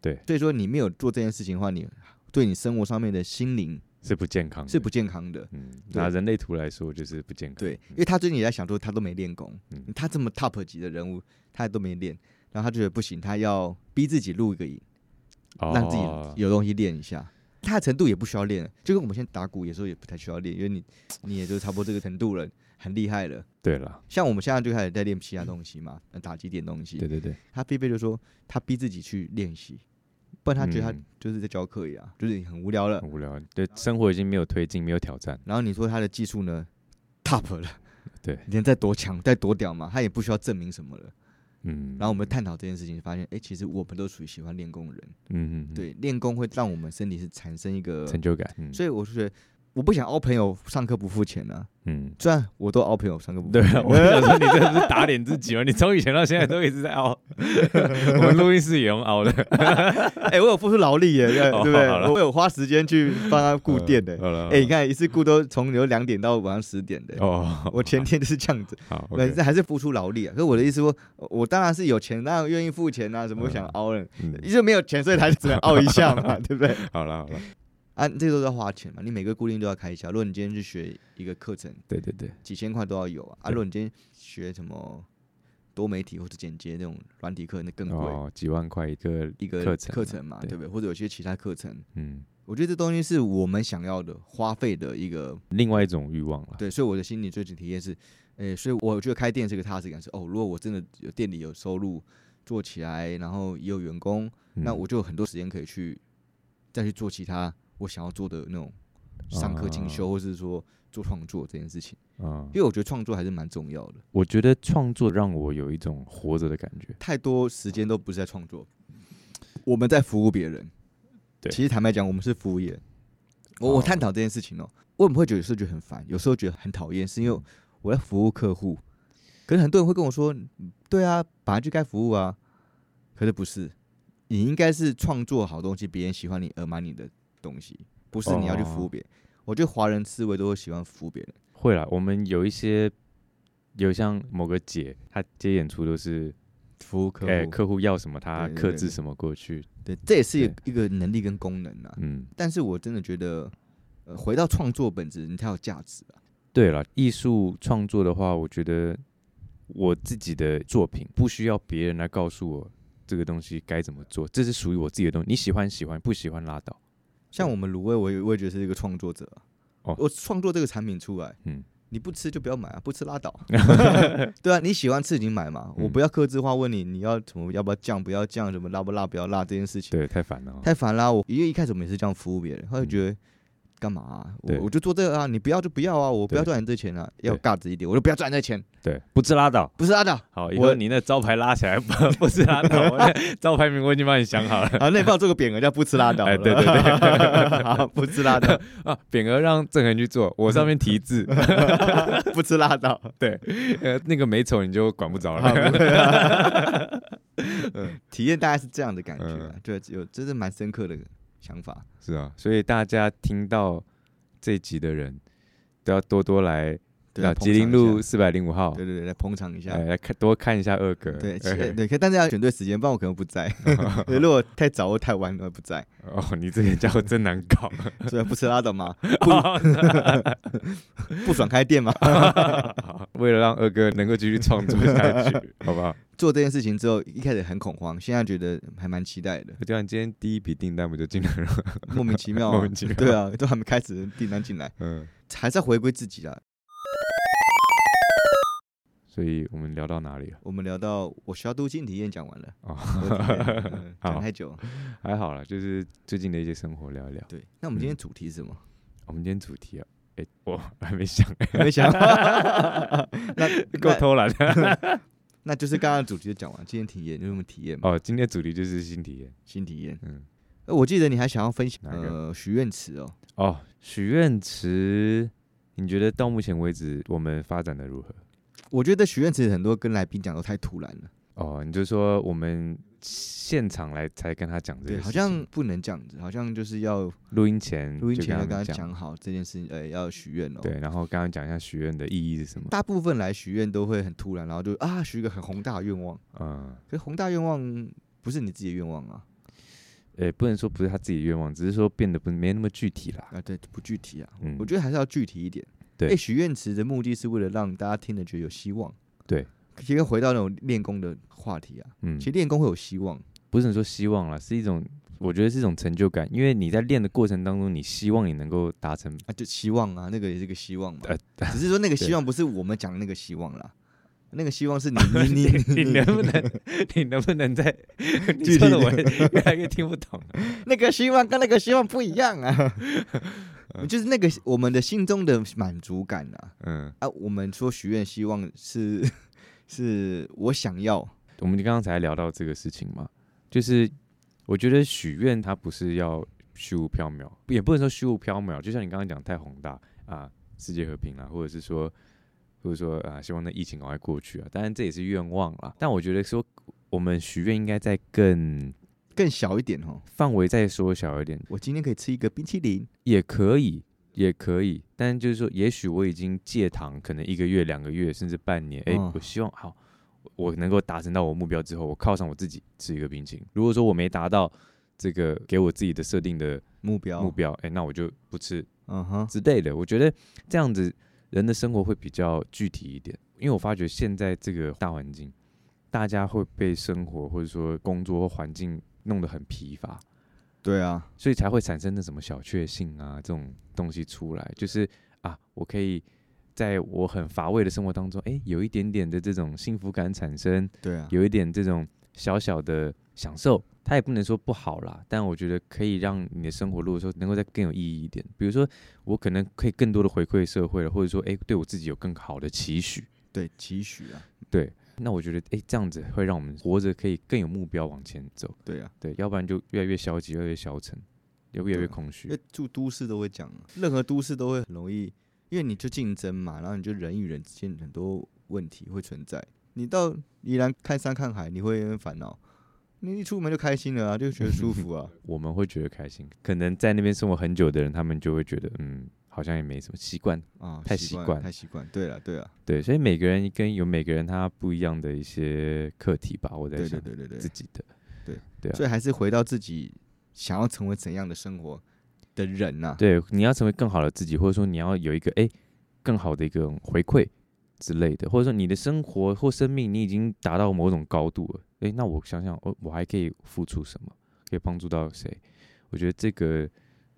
[SPEAKER 1] 对
[SPEAKER 2] 所以说你没有做这件事情的话，你对你生活上面的心灵
[SPEAKER 1] 是不健康的，
[SPEAKER 2] 是不健康的。
[SPEAKER 1] 嗯，
[SPEAKER 2] 对
[SPEAKER 1] 拿人类图来说就是不健康。
[SPEAKER 2] 对，因为他最近也在想说，他都没练功，
[SPEAKER 1] 嗯
[SPEAKER 2] 他这么 top 级的人物，他都没练，然后他觉得不行，他要逼自己录一个影，
[SPEAKER 1] 哦，
[SPEAKER 2] 让自己有东西练一下。他的程度也不需要练了，就跟我们现在打鼓有时候也不太需要练，因为你你也就差不多这个程度了，很厉害了。
[SPEAKER 1] 对了，
[SPEAKER 2] 像我们现在就开始在练其他东西嘛，打击点东西。
[SPEAKER 1] 对对对，
[SPEAKER 2] 他菲菲就说他逼自己去练习，不然他觉得他
[SPEAKER 1] 嗯
[SPEAKER 2] 就是在教课一样，就是很无聊了
[SPEAKER 1] 很。无聊，对生活已经没有推进，没有挑战。
[SPEAKER 2] 然后你说他的技术呢，top 了，
[SPEAKER 1] 对，
[SPEAKER 2] 人再多强再多屌嘛，他也不需要证明什么了。
[SPEAKER 1] 嗯，
[SPEAKER 2] 然后我们探讨这件事情，发现哎、诶其实我们都属于喜欢练功的人，
[SPEAKER 1] 嗯嗯，嗯，
[SPEAKER 2] 对，练功会让我们身体是产生一个，
[SPEAKER 1] 成就感，嗯
[SPEAKER 2] 所以我就觉得我不想凹朋友上课不付钱啊，
[SPEAKER 1] 嗯。
[SPEAKER 2] 虽然我都凹朋友上课不付
[SPEAKER 1] 对
[SPEAKER 2] 钱，
[SPEAKER 1] 啊，我想说你这是打脸自己吗？你从以前到现在都一直在 熬，我们录音室也用熬的，
[SPEAKER 2] 哎、我有付出劳力耶，对
[SPEAKER 1] 哦
[SPEAKER 2] 不对？
[SPEAKER 1] 好了
[SPEAKER 2] 我有花时间去帮他顾店的，
[SPEAKER 1] 好了，
[SPEAKER 2] 哎、你看一次顾都从有两点到晚上十点的，
[SPEAKER 1] 哦，
[SPEAKER 2] 我前天就是这样子，
[SPEAKER 1] 好，
[SPEAKER 2] 那这还是付出劳力啊。可是我的意思说，我我当然是有钱，当然愿意付钱啊，什么
[SPEAKER 1] 嗯
[SPEAKER 2] 想凹人，
[SPEAKER 1] 嗯
[SPEAKER 2] 因为没有钱，所以才只能凹一下 嘛，对不对？
[SPEAKER 1] 好了好了，
[SPEAKER 2] 啊，这个都要花钱嘛，你每个固定都要开销。如果你今天去学一个课程，
[SPEAKER 1] 对对对，
[SPEAKER 2] 几千块都要有啊。啊，
[SPEAKER 1] 对
[SPEAKER 2] 如果你今天学什么多媒体或者剪接那种软体课，那更贵。
[SPEAKER 1] 哦，几万块一个
[SPEAKER 2] 一个
[SPEAKER 1] 课程
[SPEAKER 2] 课
[SPEAKER 1] 啊
[SPEAKER 2] 程嘛，
[SPEAKER 1] 对
[SPEAKER 2] 对不对？或者有些其他课程，
[SPEAKER 1] 嗯，
[SPEAKER 2] 我觉得这东西是我们想要的花费的一个
[SPEAKER 1] 另外一种欲望了，
[SPEAKER 2] 对，所以我的心理最近体验是，诶、所以我觉得开店是个踏实感是，哦，如果我真的有店里有收入，做起来，然后也有员工，那
[SPEAKER 1] 嗯
[SPEAKER 2] 我就有很多时间可以去再去做其他我想要做的那种上课进
[SPEAKER 1] 哦
[SPEAKER 2] 修，或是说做创作这件事情，
[SPEAKER 1] 啊，
[SPEAKER 2] 因为我觉得创作还是蛮重要的，
[SPEAKER 1] 我觉得创作让我有一种活着的感觉，
[SPEAKER 2] 太多时间都不是在创作，我们在服务别人。
[SPEAKER 1] 对
[SPEAKER 2] 其实坦白讲，我们是服务业。我我
[SPEAKER 1] 哦
[SPEAKER 2] 探讨这件事情哦，为什么会觉得有时候觉得很烦，有时候觉得很讨厌，是因为我在服务客户。可是很多人会跟我说，嗯对啊，本来就该服务啊。可是不是，你应该是创作好东西，别人喜欢你而买你的东西，不是你要去服务别
[SPEAKER 1] 哦
[SPEAKER 2] 人。我觉得华人思维都会喜欢服务别人，
[SPEAKER 1] 会啦，我们有一些有像某个姐，她接演出都是
[SPEAKER 2] 服务客户，
[SPEAKER 1] 哎、客户要什么，他
[SPEAKER 2] 对对
[SPEAKER 1] 克
[SPEAKER 2] 对
[SPEAKER 1] 制什么过去。
[SPEAKER 2] 对，这也是一个一
[SPEAKER 1] 对
[SPEAKER 2] 个能力跟功能啊。
[SPEAKER 1] 嗯，
[SPEAKER 2] 但是我真的觉得，呃，回到创作本质，你才有价值啊。
[SPEAKER 1] 对了，艺术创作的话，我觉得我自己的作品不需要别人来告诉我这个东西该怎么做，这是属于我自己的东西。你喜欢喜欢，不喜欢拉倒。
[SPEAKER 2] 像我们卤味，我也我也觉得是一个创作者、啊。
[SPEAKER 1] 哦
[SPEAKER 2] 我创作这个产品出来，
[SPEAKER 1] 嗯
[SPEAKER 2] 你不吃就不要买啊，不吃拉 倒。对啊，你喜欢吃你买嘛，我
[SPEAKER 1] 嗯
[SPEAKER 2] 不要克制化问你你要什么，要不要酱，不要酱，什么辣不辣，不要辣这件事情
[SPEAKER 1] 对，太烦了哦、
[SPEAKER 2] 太烦啦、我因为一开始我们也是这样服务别人，他就
[SPEAKER 1] 嗯
[SPEAKER 2] 觉得干嘛、啊？我
[SPEAKER 1] 对
[SPEAKER 2] 我就做这个啊，你不要就不要啊，我不要
[SPEAKER 1] 对
[SPEAKER 2] 赚你这钱啊，要有
[SPEAKER 1] 对
[SPEAKER 2] 价值一点，我就不要赚你这钱，
[SPEAKER 1] 对，不吃拉倒。
[SPEAKER 2] 不是 拉倒。
[SPEAKER 1] 好，
[SPEAKER 2] 我
[SPEAKER 1] 以后你那招牌拉起来， 不不吃拉倒。我 那招牌名我已经帮你想好了
[SPEAKER 2] 啊，那你帮我做个匾额叫不吃拉倒。
[SPEAKER 1] 哎对对对
[SPEAKER 2] 好，不吃拉倒，
[SPEAKER 1] 啊，匾额让郑恒去做，我上面题 字，
[SPEAKER 2] 不吃拉倒。
[SPEAKER 1] 对，呃，那个美丑你就管不着
[SPEAKER 2] 好
[SPEAKER 1] 了。
[SPEAKER 2] 不会嗯体验大概是这样的感觉啊，
[SPEAKER 1] 嗯
[SPEAKER 2] 对，有这是蛮深刻的想法。
[SPEAKER 1] 是啊，所以大家听到这集的人都要多多来
[SPEAKER 2] 对
[SPEAKER 1] 啊，
[SPEAKER 2] 捧
[SPEAKER 1] 吉林
[SPEAKER 2] 场一下
[SPEAKER 1] 路四百零五号，
[SPEAKER 2] 对对对，来捧场一下
[SPEAKER 1] 哎，。来看多看一下二哥。
[SPEAKER 2] 对，
[SPEAKER 1] 哎
[SPEAKER 2] 对，可以但是要选对时间，不然我可能不 在。对如果太早或太晚，我也不在。
[SPEAKER 1] 哦，你这个家伙真难搞。
[SPEAKER 2] 所以不吃拉倒嘛，
[SPEAKER 1] 哦
[SPEAKER 2] 不爽开店嘛。
[SPEAKER 1] 好为了让二哥能够继续创作 下去，好不好？
[SPEAKER 2] 做这件事情之后，一开始很恐慌，现在觉得还蛮期待的，
[SPEAKER 1] 我讲今天第一笔订单不就进来了？
[SPEAKER 2] 莫名其妙啊。
[SPEAKER 1] 莫名其妙
[SPEAKER 2] 对啊，都还没开始订单进来，
[SPEAKER 1] 嗯，
[SPEAKER 2] 还是要回归自己啦。
[SPEAKER 1] 所以我们聊到哪里了？
[SPEAKER 2] 我们聊到我小镀金体验讲完了，
[SPEAKER 1] 哦，
[SPEAKER 2] 我的体验嗯
[SPEAKER 1] 好
[SPEAKER 2] 讲太久了。
[SPEAKER 1] 还好啦，就是最近的一些生活聊一聊。
[SPEAKER 2] 对，那我们今天
[SPEAKER 1] 嗯
[SPEAKER 2] 主题是什么？
[SPEAKER 1] 我们今天主题啊，哎、我还没想，
[SPEAKER 2] 没 想到， 那
[SPEAKER 1] 够
[SPEAKER 2] 那
[SPEAKER 1] 偷懒的。
[SPEAKER 2] 那就是刚刚主题就讲完，今天体验就是我们体验嘛，
[SPEAKER 1] 哦，今天的主题就是新体验。
[SPEAKER 2] 新体验。
[SPEAKER 1] 嗯，
[SPEAKER 2] 呃，我记得你还想要分享
[SPEAKER 1] 哪个
[SPEAKER 2] 呃许愿池哦，
[SPEAKER 1] 哦，许愿池，你觉得到目前为止我们发展的如何？
[SPEAKER 2] 我觉得许愿池很多跟来宾讲都太突然了，
[SPEAKER 1] 哦，你就说我们现场来才跟他讲这
[SPEAKER 2] 对，
[SPEAKER 1] 个
[SPEAKER 2] 好
[SPEAKER 1] 事情，
[SPEAKER 2] 像不能这样子，好像就是要
[SPEAKER 1] 录音前
[SPEAKER 2] 录音
[SPEAKER 1] 嗯就
[SPEAKER 2] 前要
[SPEAKER 1] 跟
[SPEAKER 2] 跟他
[SPEAKER 1] 们
[SPEAKER 2] 讲好这件事情，呃，要许愿哦。
[SPEAKER 1] 对，然后刚刚讲一下许愿的意义是什么？
[SPEAKER 2] 大部分来许愿都会很突然，然后就啊许一个很宏大的愿望，
[SPEAKER 1] 嗯，
[SPEAKER 2] 可是宏大愿望不是你自己的愿望啊，
[SPEAKER 1] 诶、不能说不是他自己的愿望，只是说变得不没那么具体啦。
[SPEAKER 2] 啊对，不具体啊，
[SPEAKER 1] 嗯
[SPEAKER 2] 我，觉得还是要具体一点。
[SPEAKER 1] 对
[SPEAKER 2] 诶许愿池的目的是为了让大家听得觉得有希望。
[SPEAKER 1] 对，
[SPEAKER 2] 其实回到那种练功的话题啊，
[SPEAKER 1] 嗯
[SPEAKER 2] 其实练功会有希望，
[SPEAKER 1] 不是说希望啦，是一种我觉得是一种成就感，因为你在练的过程当中，你希望你能够达 成。
[SPEAKER 2] 啊，就希望啊，那个也是个希望嘛
[SPEAKER 1] 呃。
[SPEAKER 2] 只是说那个希望不是我们讲的那个希望啦，那个希望是你你 你
[SPEAKER 1] 你能不能，你能不能在 你
[SPEAKER 2] 具
[SPEAKER 1] 说
[SPEAKER 2] 体
[SPEAKER 1] 的
[SPEAKER 2] 一
[SPEAKER 1] 我越来越听不懂了。
[SPEAKER 2] 那个希望跟那个希望不一样 啊，就是那个我们的心中的满足感啊
[SPEAKER 1] 嗯，
[SPEAKER 2] 啊，我们说许愿希望是 是我想要，
[SPEAKER 1] 我们刚刚才聊到这个事情嘛，就是我觉得许愿它不是要虚无缥缈，也不能说虚无缥缈，就像你刚刚讲太宏大啊，世界和平啦，或者是说，或者说啊，希望那疫情赶快过去啊，当然这也是愿望啦。但我觉得说我们许愿应该再更
[SPEAKER 2] 更小一点哦。
[SPEAKER 1] 范围再缩小一点，
[SPEAKER 2] 我今天可以吃一个冰淇淋，
[SPEAKER 1] 也可以，也可以，但就是说，也许我已经戒糖，可能一个月、两个月，甚至半年。哎、
[SPEAKER 2] 嗯
[SPEAKER 1] 我希望好，我能够达成到我目标之后，我犒赏我自己吃一个冰淇淋。如果说我没达到这个给我自己的设定的
[SPEAKER 2] 目标
[SPEAKER 1] 目标，哎、那我就不吃
[SPEAKER 2] 嗯哼，
[SPEAKER 1] 之类的。我觉得这样子人的生活会比较具体一点，因为我发觉现在这个大环境，大家会被生活或者说工作或环境弄得很疲乏。
[SPEAKER 2] 对啊，
[SPEAKER 1] 所以才会产生那什么小确幸啊这种东西出来，就是啊，我可以在我很乏味的生活当中，哎、有一点点的这种幸福感产生，
[SPEAKER 2] 对啊，
[SPEAKER 1] 有一点这种小小的享受，它也不能说不好啦，但我觉得可以让你的生活，如果说能够再更有意义一点，比如说我可能可以更多的回馈社会了，或者说哎、诶对我自己有更好的期许，
[SPEAKER 2] 对期许啊，
[SPEAKER 1] 对，那我觉得哎、诶这样子会让我们活着可以更有目标往前走，
[SPEAKER 2] 对啊，
[SPEAKER 1] 对，要不然就越来越消极，越来越消沉，也越来
[SPEAKER 2] 对
[SPEAKER 1] 越
[SPEAKER 2] 啊
[SPEAKER 1] 空虚
[SPEAKER 2] 因。为住都市都会讲啊，任何都市都会很容易，因为你就竞争嘛，然后你就人与人之间很多问题会存在。你到宜兰看山看海，你会有点烦恼；你一出门就开心了啊，就觉得舒服啊。
[SPEAKER 1] 我们会觉得开心，可能在那边生活很久的人，他们就会觉得，嗯，好像也没什么习惯。
[SPEAKER 2] 啊，
[SPEAKER 1] 太习惯
[SPEAKER 2] 太习惯。对了，对了，
[SPEAKER 1] 对，所以每个人跟有每个人他不一样的一些课题吧，我在
[SPEAKER 2] 对
[SPEAKER 1] 想
[SPEAKER 2] 对对对
[SPEAKER 1] 自
[SPEAKER 2] 对。
[SPEAKER 1] 己的。对啊
[SPEAKER 2] 所以还是回到自己想要成为怎样的生活的人啊呐、
[SPEAKER 1] 对，你要成为更好的自己，或者说你要有一个哎、更好的一个回馈之类的，或者说你的生活或生命你已经达到某种高度了，哎、那我想想，哦，我还可以付出什么，可以帮助到谁？我觉得这个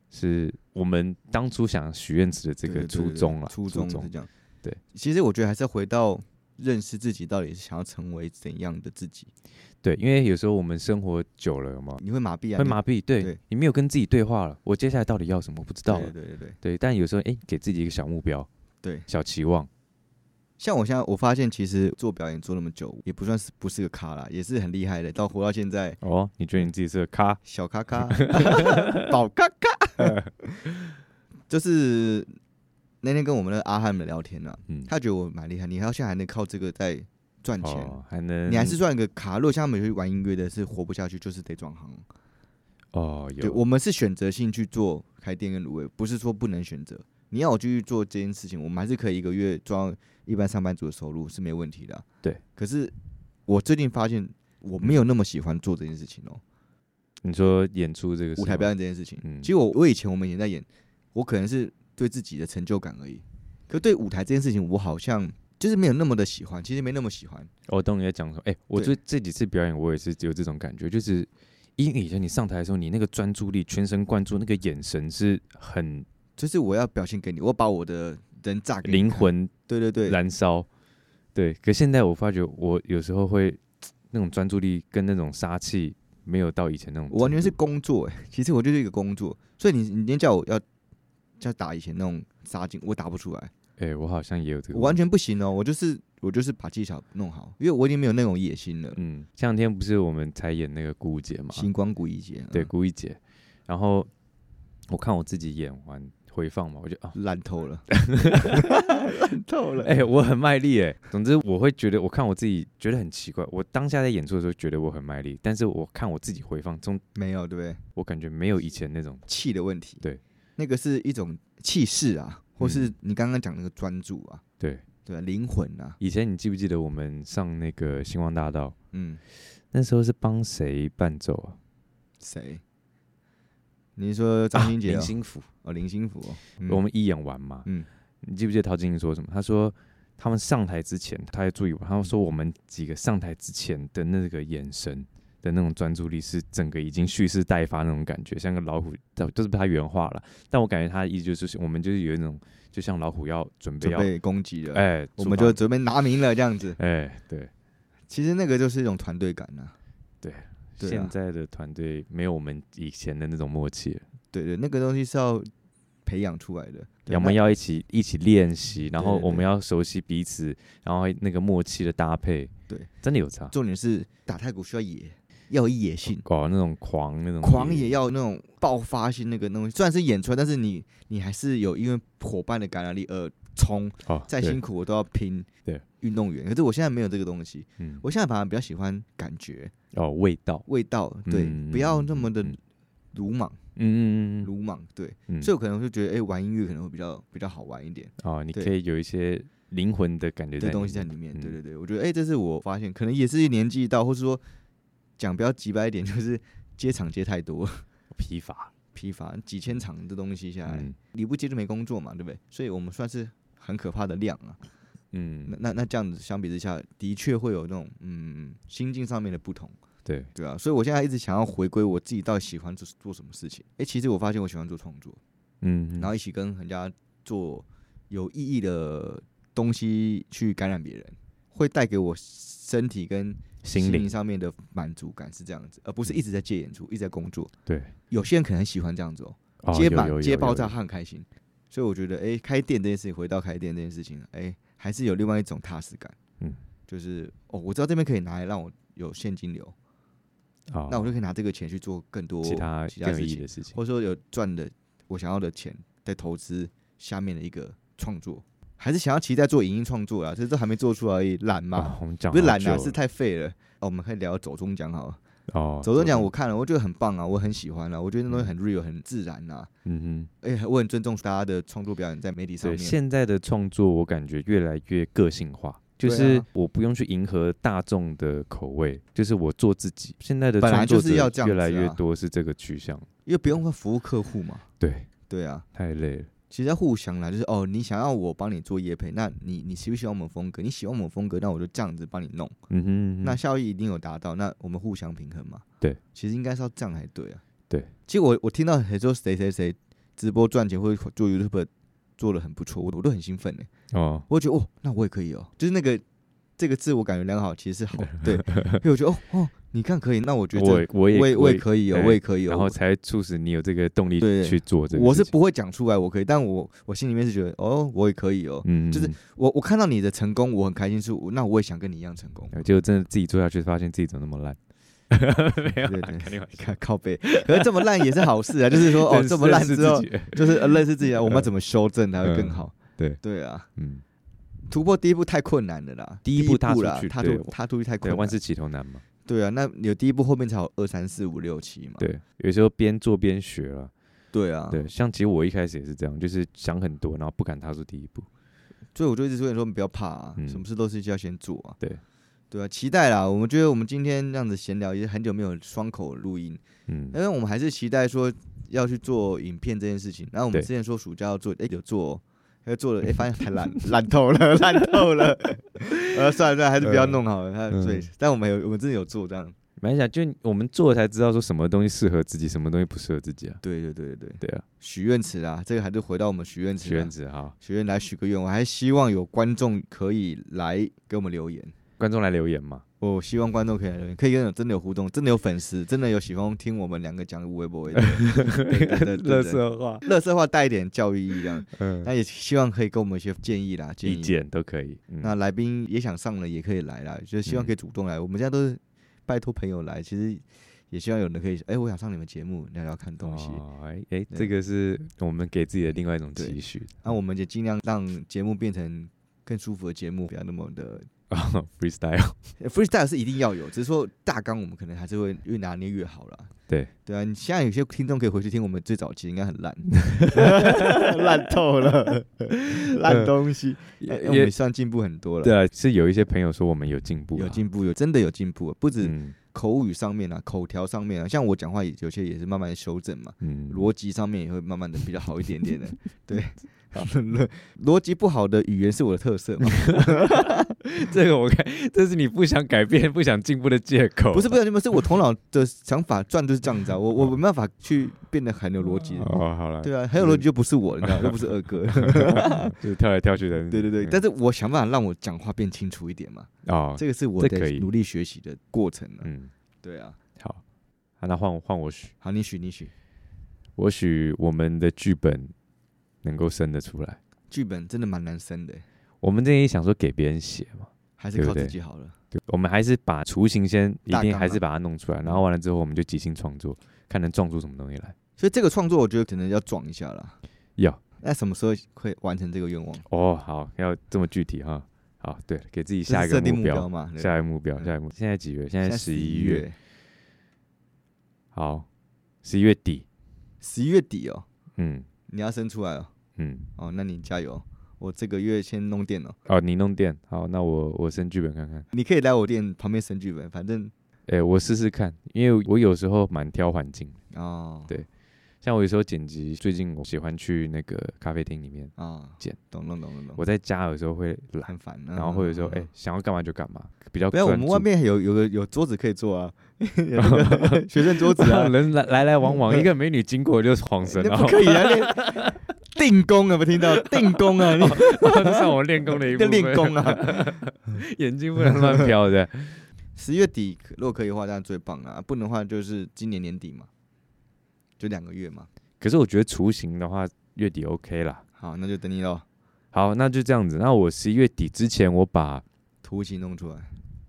[SPEAKER 1] 是我们当初想许愿池的这
[SPEAKER 2] 对
[SPEAKER 1] 个
[SPEAKER 2] 对对对
[SPEAKER 1] 初
[SPEAKER 2] 对
[SPEAKER 1] 衷了，
[SPEAKER 2] 初
[SPEAKER 1] 衷
[SPEAKER 2] 衷是这样。
[SPEAKER 1] 对，
[SPEAKER 2] 其实我觉得还是要回到认识自己到底是想要成为怎样的自己，
[SPEAKER 1] 对，因为有时候我们生活久了嘛，
[SPEAKER 2] 你会麻痹啊，
[SPEAKER 1] 会
[SPEAKER 2] 你
[SPEAKER 1] 麻痹，对
[SPEAKER 2] 对
[SPEAKER 1] 你没有跟自己对话了，我接下来到底要什么，我不知道了
[SPEAKER 2] 对。对对对，
[SPEAKER 1] 对，但有时候哎、给自己一个小目标，
[SPEAKER 2] 对
[SPEAKER 1] 小期望，
[SPEAKER 2] 像我现在我发现，其实做表演做那么久，也不算是不是个咖啦，也是很厉害的，到活到现在
[SPEAKER 1] 哦，你觉得你自己是个咖？
[SPEAKER 2] 小咖 咖、 宝咖咖， 就是那天跟我们的阿汉们聊天呢、啊，
[SPEAKER 1] 嗯，
[SPEAKER 2] 他觉得我蛮厉害，你还要现在还能靠这个在赚钱。
[SPEAKER 1] 哦，还能
[SPEAKER 2] 你还是赚个卡，如果像他们去玩音乐的，是活不下去，就是得转行。
[SPEAKER 1] 哦，
[SPEAKER 2] 对，
[SPEAKER 1] 有
[SPEAKER 2] 我们是选择性去做开店跟卤味，不是说不能选择。你要我继续做这件事情，我们还是可以一个月赚一般上班族的收入是没问题的啊、
[SPEAKER 1] 对
[SPEAKER 2] 可是我最近发现，我没有那么喜欢做这件事情哦，
[SPEAKER 1] 你说演出这个
[SPEAKER 2] 舞
[SPEAKER 1] 事
[SPEAKER 2] 台
[SPEAKER 1] 吗
[SPEAKER 2] 表演这件事情。
[SPEAKER 1] 嗯
[SPEAKER 2] 其实我我以前我们以前在演，我可能是对自己的成就感而已，可对舞台这件事情，我好像就是没有那么的喜欢，其实没那么喜欢。
[SPEAKER 1] 我懂你在讲什么。哎、我
[SPEAKER 2] 对
[SPEAKER 1] 这这几次表演，我也是有这种感觉，就是因为以前你上台的时候，你那个专注力、全神贯注，那个眼神是很
[SPEAKER 2] 就是我要表现给你，我把我的人炸给你
[SPEAKER 1] 灵
[SPEAKER 2] 看，
[SPEAKER 1] 魂
[SPEAKER 2] 对对对，
[SPEAKER 1] 燃烧。对，可现在我发觉，我有时候会那种专注力跟那种杀气没有到以前那种程度。
[SPEAKER 2] 我完全是工作、欸，其实我就是一个工作，所以你你今天叫我要要打以前那种杀进，我打不出来，
[SPEAKER 1] 哎、我好像也有这个
[SPEAKER 2] 我
[SPEAKER 1] 问题，
[SPEAKER 2] 完全不行哦、我就是我就是把技巧弄好，因为我已经没有那种野心了。
[SPEAKER 1] 嗯，前两天不是我们才演那个姑姐嘛，
[SPEAKER 2] 星光谷一节，
[SPEAKER 1] 对，
[SPEAKER 2] 嗯
[SPEAKER 1] 姑一姐，然后我看我自己演完回放嘛，我就啊，
[SPEAKER 2] 嗯烂、透了，烂透了。
[SPEAKER 1] 哎、我很卖力哎、总之，我会觉得，我看我自己觉得很奇怪。我当下在演出的时候觉得我很卖力，但是我看我自己回放中，
[SPEAKER 2] 没有对不对？
[SPEAKER 1] 我感觉没有以前那种。
[SPEAKER 2] 气的问题，
[SPEAKER 1] 对，
[SPEAKER 2] 那个是一种气势啊，或是
[SPEAKER 1] 嗯
[SPEAKER 2] 你刚刚讲那个专注啊，
[SPEAKER 1] 对，
[SPEAKER 2] 对啊，灵魂啊，
[SPEAKER 1] 以前你记不记得我们上那个星光大道
[SPEAKER 2] 嗯，
[SPEAKER 1] 那时候是帮谁伴奏啊？
[SPEAKER 2] 谁？你是说张新杰、
[SPEAKER 1] 啊
[SPEAKER 2] 哦
[SPEAKER 1] 林心福。
[SPEAKER 2] 哦，林心福哦，嗯
[SPEAKER 1] 我们一演完嘛，
[SPEAKER 2] 嗯
[SPEAKER 1] 你记不记得陶晶莹说什么？她说他们上台之前，她还注意我，她说我们几个上台之前的那个眼神的那种专注力，是整个已经蓄势待发那种感觉，像个老虎，这这是她原话了。但我感觉她的意思就是，我们就是有一种就像老虎要准备
[SPEAKER 2] 准
[SPEAKER 1] 要，
[SPEAKER 2] 备攻击了，
[SPEAKER 1] 哎，
[SPEAKER 2] 我
[SPEAKER 1] 出
[SPEAKER 2] 们
[SPEAKER 1] 发
[SPEAKER 2] 就准备拿名了这样子。
[SPEAKER 1] 哎，对，
[SPEAKER 2] 其实那个就是一种团队感呐、对啊
[SPEAKER 1] 现在的团队没有我们以前的那种默契了，
[SPEAKER 2] 对对，那个东西是要培养出来的。对
[SPEAKER 1] 我们
[SPEAKER 2] 那
[SPEAKER 1] 要一起一起练习，然后
[SPEAKER 2] 对对
[SPEAKER 1] 我们要熟悉彼此，然后那个默契的搭配，
[SPEAKER 2] 对，
[SPEAKER 1] 真的有差。
[SPEAKER 2] 重点是打太鼓需要野，要有野性，
[SPEAKER 1] 搞那种狂那种
[SPEAKER 2] 狂野要那种爆发性那个东西。虽然是演出啊来，但是你你还是有因为伙伴的感染力而冲，
[SPEAKER 1] 哦，
[SPEAKER 2] 再
[SPEAKER 1] 对
[SPEAKER 2] 辛苦我都要拼。
[SPEAKER 1] 对，
[SPEAKER 2] 运动员。可是我现在没有这个东西，
[SPEAKER 1] 嗯
[SPEAKER 2] 我现在反而比较喜欢感觉、
[SPEAKER 1] 哦味道，
[SPEAKER 2] 味道，对，
[SPEAKER 1] 嗯
[SPEAKER 2] 不要那么的
[SPEAKER 1] 嗯
[SPEAKER 2] 鲁莽，
[SPEAKER 1] 嗯嗯嗯嗯
[SPEAKER 2] 鲁莽，对。
[SPEAKER 1] 嗯，
[SPEAKER 2] 所以我可能就觉得，哎、玩音乐可能会比较比较好玩一点。
[SPEAKER 1] 哦，你
[SPEAKER 2] 对
[SPEAKER 1] 可以有一些灵魂的感觉在
[SPEAKER 2] 的
[SPEAKER 1] 里
[SPEAKER 2] 东西在
[SPEAKER 1] 面
[SPEAKER 2] 里面。
[SPEAKER 1] 嗯
[SPEAKER 2] 对对对，我觉得哎、这是我发现，可能也是年纪到，或是说讲比较直白一点， 就是接场接太多，
[SPEAKER 1] 疲乏，
[SPEAKER 2] 疲乏几千场的东西下来，
[SPEAKER 1] 嗯
[SPEAKER 2] 你不接就没工作嘛，对不对？所以我们算是很可怕的量啊。那
[SPEAKER 1] 嗯，
[SPEAKER 2] 那那这样子相比之下，的确会有那种嗯心境上面的不同，
[SPEAKER 1] 对，
[SPEAKER 2] 对啊。所以我现在一直想要回归我自己到底喜欢做做什么事情。哎、其实我发现我喜欢做创作，
[SPEAKER 1] 嗯，
[SPEAKER 2] 然后一起跟人家做有意义的东西去感染别人，会带给我身体跟
[SPEAKER 1] 心
[SPEAKER 2] 灵
[SPEAKER 1] 灵
[SPEAKER 2] 上面的满足感是这样子，而不是一直在接演出，一直在工作。
[SPEAKER 1] 对，
[SPEAKER 2] 有些人可能很喜欢这样子哦，
[SPEAKER 1] 哦
[SPEAKER 2] 接
[SPEAKER 1] 有
[SPEAKER 2] 把
[SPEAKER 1] 有
[SPEAKER 2] 接
[SPEAKER 1] 有
[SPEAKER 2] 爆
[SPEAKER 1] 有
[SPEAKER 2] 炸，他很开心。所以我觉得，哎、开店这件事情，回到开店这件事情，哎、还是有另外一种踏实感。
[SPEAKER 1] 嗯，
[SPEAKER 2] 就是哦，我知道这边可以拿来让我有现金流，
[SPEAKER 1] 哦
[SPEAKER 2] 那我就可以拿这个钱去做更多
[SPEAKER 1] 其他
[SPEAKER 2] 其他
[SPEAKER 1] 更有
[SPEAKER 2] 事
[SPEAKER 1] 意义
[SPEAKER 2] 情
[SPEAKER 1] 的，事情，
[SPEAKER 2] 或者说有赚的我想要的钱，再投资下面的一个创作，还是想要期待做影音创作啊，这都还没做出来而已，懒嘛，
[SPEAKER 1] 哦我们讲
[SPEAKER 2] 不是
[SPEAKER 1] 好
[SPEAKER 2] 懒
[SPEAKER 1] 久
[SPEAKER 2] 啊，
[SPEAKER 1] 了
[SPEAKER 2] 是太废了。哦，我们可以聊走中奖好了，
[SPEAKER 1] 哦，
[SPEAKER 2] 走中奖
[SPEAKER 1] 走
[SPEAKER 2] 我看了，我觉得很棒啊，我很喜欢啊，我觉得那东西很 real，很自然啊，
[SPEAKER 1] 嗯
[SPEAKER 2] 哎、我很尊重大家的创作表演在媒体
[SPEAKER 1] 哼，
[SPEAKER 2] 上
[SPEAKER 1] 对，
[SPEAKER 2] 面。
[SPEAKER 1] 现在的创作我感觉越来越个性化，就
[SPEAKER 2] 对啊
[SPEAKER 1] 是我不用去迎合大众的口味，就是我做自己。现在的
[SPEAKER 2] 本来
[SPEAKER 1] 创作
[SPEAKER 2] 就是要这样
[SPEAKER 1] 者越来
[SPEAKER 2] 子
[SPEAKER 1] 越
[SPEAKER 2] 啊
[SPEAKER 1] 多是这个趋向，
[SPEAKER 2] 因为不用服务客户嘛。
[SPEAKER 1] 对，
[SPEAKER 2] 对啊，
[SPEAKER 1] 太累了，
[SPEAKER 2] 其实要互相啦，就是哦，你想要我帮你做业配，那你你喜不喜欢我们风格？你喜欢我们风格，那我就这样子帮你弄，
[SPEAKER 1] 嗯哼，嗯
[SPEAKER 2] 那
[SPEAKER 1] 哼
[SPEAKER 2] 效益一定有达到，那我们互相平衡嘛。
[SPEAKER 1] 对，
[SPEAKER 2] 其实应该是要这样才对啊。
[SPEAKER 1] 对，
[SPEAKER 2] 其实我我听到很多谁谁谁直播赚钱或者做 YouTube 做的很不错，我我都很兴奋呢、
[SPEAKER 1] 哦，
[SPEAKER 2] 我觉得哦，那我也可以哦，就是那个这个自我感觉良好，其实是 好对，因为我觉得哦哦，你看可以，那我觉得
[SPEAKER 1] 我也我也
[SPEAKER 2] 我也
[SPEAKER 1] 我
[SPEAKER 2] 我
[SPEAKER 1] 也
[SPEAKER 2] 也可以哦，
[SPEAKER 1] 哎
[SPEAKER 2] 我也可以哦，
[SPEAKER 1] 然后才促使你有这个动力
[SPEAKER 2] 对
[SPEAKER 1] 去做这个事情。
[SPEAKER 2] 我是不会讲出来，我可以，但我我心里面是觉得，哦，我也可以哦。
[SPEAKER 1] 嗯，
[SPEAKER 2] 就是
[SPEAKER 1] 嗯
[SPEAKER 2] 我我看到你的成功，我很开心，是我那我也想跟你一样成功。
[SPEAKER 1] 嗯结果真的自己做下去，发现自己怎么那么烂。 没有
[SPEAKER 2] 对
[SPEAKER 1] 啦，
[SPEAKER 2] 对
[SPEAKER 1] 肯定玩笑。
[SPEAKER 2] 看 靠背，可是这么烂也是好事 啊，就是说哦，
[SPEAKER 1] 认识
[SPEAKER 2] 这么烂
[SPEAKER 1] 认识
[SPEAKER 2] 之后
[SPEAKER 1] 自，己嗯
[SPEAKER 2] 就是呃认识自己啊，我们要怎么修正才会更好？
[SPEAKER 1] 对
[SPEAKER 2] 对啊，
[SPEAKER 1] 嗯，
[SPEAKER 2] 突破第一步太困难了啦，
[SPEAKER 1] 第
[SPEAKER 2] 第
[SPEAKER 1] 一步踏
[SPEAKER 2] 踏
[SPEAKER 1] 出
[SPEAKER 2] 啦
[SPEAKER 1] 去，
[SPEAKER 2] 踏
[SPEAKER 1] 对
[SPEAKER 2] 出踏出去太
[SPEAKER 1] 对，
[SPEAKER 2] 困
[SPEAKER 1] 万
[SPEAKER 2] 难。
[SPEAKER 1] 事起头难嘛。
[SPEAKER 2] 对啊，那有第一步，后面才有二三四五六七嘛。
[SPEAKER 1] 对，有时候边做边学了。
[SPEAKER 2] 对啊，
[SPEAKER 1] 对，像其实我一开始也是这样，就是想很多，然后不敢踏出第一步。
[SPEAKER 2] 所以我就一直跟你说，你不要怕啊，
[SPEAKER 1] 嗯
[SPEAKER 2] 什么事都是要先做啊。
[SPEAKER 1] 对，
[SPEAKER 2] 对啊，期待啦！我们觉得我们今天这样子闲聊，也很久没有双口录音，
[SPEAKER 1] 嗯
[SPEAKER 2] 因，为我们还是期待说要去做影片这件事情。然后我们
[SPEAKER 1] 对
[SPEAKER 2] 之前说暑假要做，哎、有做、哦，还做了，哎、发现太烂，烂透了，烂透了。呃，算了算了，还是不要弄好了。他、
[SPEAKER 1] 嗯
[SPEAKER 2] 对，但我们有，我们真的有做这样。
[SPEAKER 1] 蛮想啊就我们做了才知道说什么东西适合自己，什么东西不适合自己啊。
[SPEAKER 2] 对对对对对，
[SPEAKER 1] 对啊，
[SPEAKER 2] 许愿池啊，这个还是回到我们许愿池啊。
[SPEAKER 1] 许愿子好，
[SPEAKER 2] 许愿来许个愿，我还希望有观众可以来给我们留言。
[SPEAKER 1] 观众来留言嘛。
[SPEAKER 2] 我希望观众可以来留言，可以跟我真的有互动，真的有粉丝，真的有喜欢听我们两个讲无微不微的对对对对对
[SPEAKER 1] 话，
[SPEAKER 2] 乐色话带一点教育意义这样。
[SPEAKER 1] 嗯，
[SPEAKER 2] 那也希望可以给我们一些建议啦，建
[SPEAKER 1] 意
[SPEAKER 2] 议。
[SPEAKER 1] 见都可以。嗯
[SPEAKER 2] 那来宾也想上了，也可以来啦，就是希望
[SPEAKER 1] 嗯
[SPEAKER 2] 可以主动来。我们现在都是拜托朋友来，其实也希望有人可以，哎、我想上你们节目聊聊看东西。
[SPEAKER 1] 哦哎哎，
[SPEAKER 2] 对
[SPEAKER 1] 这个是我们给自己的另外一种
[SPEAKER 2] 对
[SPEAKER 1] 期许。
[SPEAKER 2] 那、我们也尽量让节目变成更舒服的节目，不要那么的
[SPEAKER 1] 哦 freestyle，
[SPEAKER 2] 呃 freestyle 是一定要有，只是说大纲我们可能还是会越拿捏越好啦。
[SPEAKER 1] 对
[SPEAKER 2] 对啊，你现在有些听众可以回去听我们最早期，应该很 烂，烂透了， 烂东 西。哎我们 也算进步很多了，
[SPEAKER 1] 对啊，是有一些朋友说我们有进步啊，
[SPEAKER 2] 有进步，有真的有进步，啊不止
[SPEAKER 1] 嗯
[SPEAKER 2] 口语上面啊，口条上面啊，像我讲话也有些也是慢慢修正嘛，
[SPEAKER 1] 嗯，
[SPEAKER 2] 逻辑上面也会慢慢的比较好一点 点的。对，逻逻辑不好的语言是我的特色 嘛，
[SPEAKER 1] 这个我看，这是你不想改变、 不想进步的借口。啊
[SPEAKER 2] 不是不是，是我头脑的想法转就是这样子啊，我 我没办法去变得很有逻辑。
[SPEAKER 1] 哦，好了，
[SPEAKER 2] 对啊，很有逻辑就不是我， 你知道，又不是二哥。
[SPEAKER 1] 就是跳来跳去的。
[SPEAKER 2] 对对对，
[SPEAKER 1] 嗯
[SPEAKER 2] 但是我想办法让我讲话变清楚一点嘛，
[SPEAKER 1] 哦，
[SPEAKER 2] 这个是我
[SPEAKER 1] 这可
[SPEAKER 2] 得
[SPEAKER 1] 以
[SPEAKER 2] 努力学习的过程啊。
[SPEAKER 1] 嗯，
[SPEAKER 2] 对啊，
[SPEAKER 1] 好，啊那换换我许，
[SPEAKER 2] 好，你许你许，
[SPEAKER 1] 我许我们的剧本能够生得出来。
[SPEAKER 2] 剧本真的蛮难生的，
[SPEAKER 1] 我们这里想说给别人写嘛，
[SPEAKER 2] 还
[SPEAKER 1] 对
[SPEAKER 2] 是
[SPEAKER 1] 不
[SPEAKER 2] 靠自
[SPEAKER 1] 对
[SPEAKER 2] 己好了。
[SPEAKER 1] 对，我们还是把雏形先，一
[SPEAKER 2] 大
[SPEAKER 1] 定
[SPEAKER 2] 纲
[SPEAKER 1] 还是
[SPEAKER 2] 啊
[SPEAKER 1] 把它弄出来，然后完了之后我们就即兴创作，看能撞出什么东西来。
[SPEAKER 2] 所以这个创作，我觉得可能要撞一下啦。
[SPEAKER 1] 要
[SPEAKER 2] 那什么时候会完成这个愿望？
[SPEAKER 1] 哦，好，要这么具体哈。好，对，给自己
[SPEAKER 2] 这
[SPEAKER 1] 下
[SPEAKER 2] 是
[SPEAKER 1] 一个
[SPEAKER 2] 设定
[SPEAKER 1] 目
[SPEAKER 2] 目
[SPEAKER 1] 标，
[SPEAKER 2] 嘛？对
[SPEAKER 1] 下一个目标，
[SPEAKER 2] 嗯
[SPEAKER 1] 下一个目。现在几月？现
[SPEAKER 2] 现
[SPEAKER 1] 在
[SPEAKER 2] 在
[SPEAKER 1] 十
[SPEAKER 2] 一
[SPEAKER 1] 一月。，好，十一月底。
[SPEAKER 2] 十一月底哦，
[SPEAKER 1] 嗯
[SPEAKER 2] 你要生出来哦。
[SPEAKER 1] 嗯。
[SPEAKER 2] 哦，那你加油，我这个月先弄电脑，
[SPEAKER 1] 哦，你弄店。好，那我我生剧本看看。
[SPEAKER 2] 你可以来我店旁边审剧本，反正
[SPEAKER 1] 哎、我试试看，因为我有时候蛮挑环境的，
[SPEAKER 2] 哦，
[SPEAKER 1] 对像我有时候剪辑，最近我喜欢去那个咖啡厅里面。
[SPEAKER 2] 啊，
[SPEAKER 1] 见
[SPEAKER 2] 懂懂懂懂懂，
[SPEAKER 1] 我在家有时候会懒，
[SPEAKER 2] 很烦。
[SPEAKER 1] 然后或者说， 哎、
[SPEAKER 2] 嗯，
[SPEAKER 1] 想要干嘛就干嘛，比较
[SPEAKER 2] 不要，我
[SPEAKER 1] 专
[SPEAKER 2] 们
[SPEAKER 1] 注，
[SPEAKER 2] 外面有有个有桌子可以坐啊，有那个学生桌子啊
[SPEAKER 1] 人来来来 往往，一个美女经过 就是黄神，
[SPEAKER 2] 那
[SPEAKER 1] 然
[SPEAKER 2] 不
[SPEAKER 1] 后
[SPEAKER 2] 可以啊， 练定功有没有听到？定功啊，
[SPEAKER 1] 哦
[SPEAKER 2] 你
[SPEAKER 1] 这是我 练功的一部
[SPEAKER 2] 在
[SPEAKER 1] 分，
[SPEAKER 2] 练功啊。
[SPEAKER 1] 眼睛不能乱瞟的。
[SPEAKER 2] 十月底可如果可以的话，当然最棒了、啊，不能的话就是今年年底嘛，就两个月嘛。
[SPEAKER 1] 可是我觉得雏形的话，月底 OK 啦。
[SPEAKER 2] 好，那就等你喽，
[SPEAKER 1] 好，那就这样子。那我十一月底之前，我把
[SPEAKER 2] 图形弄出来。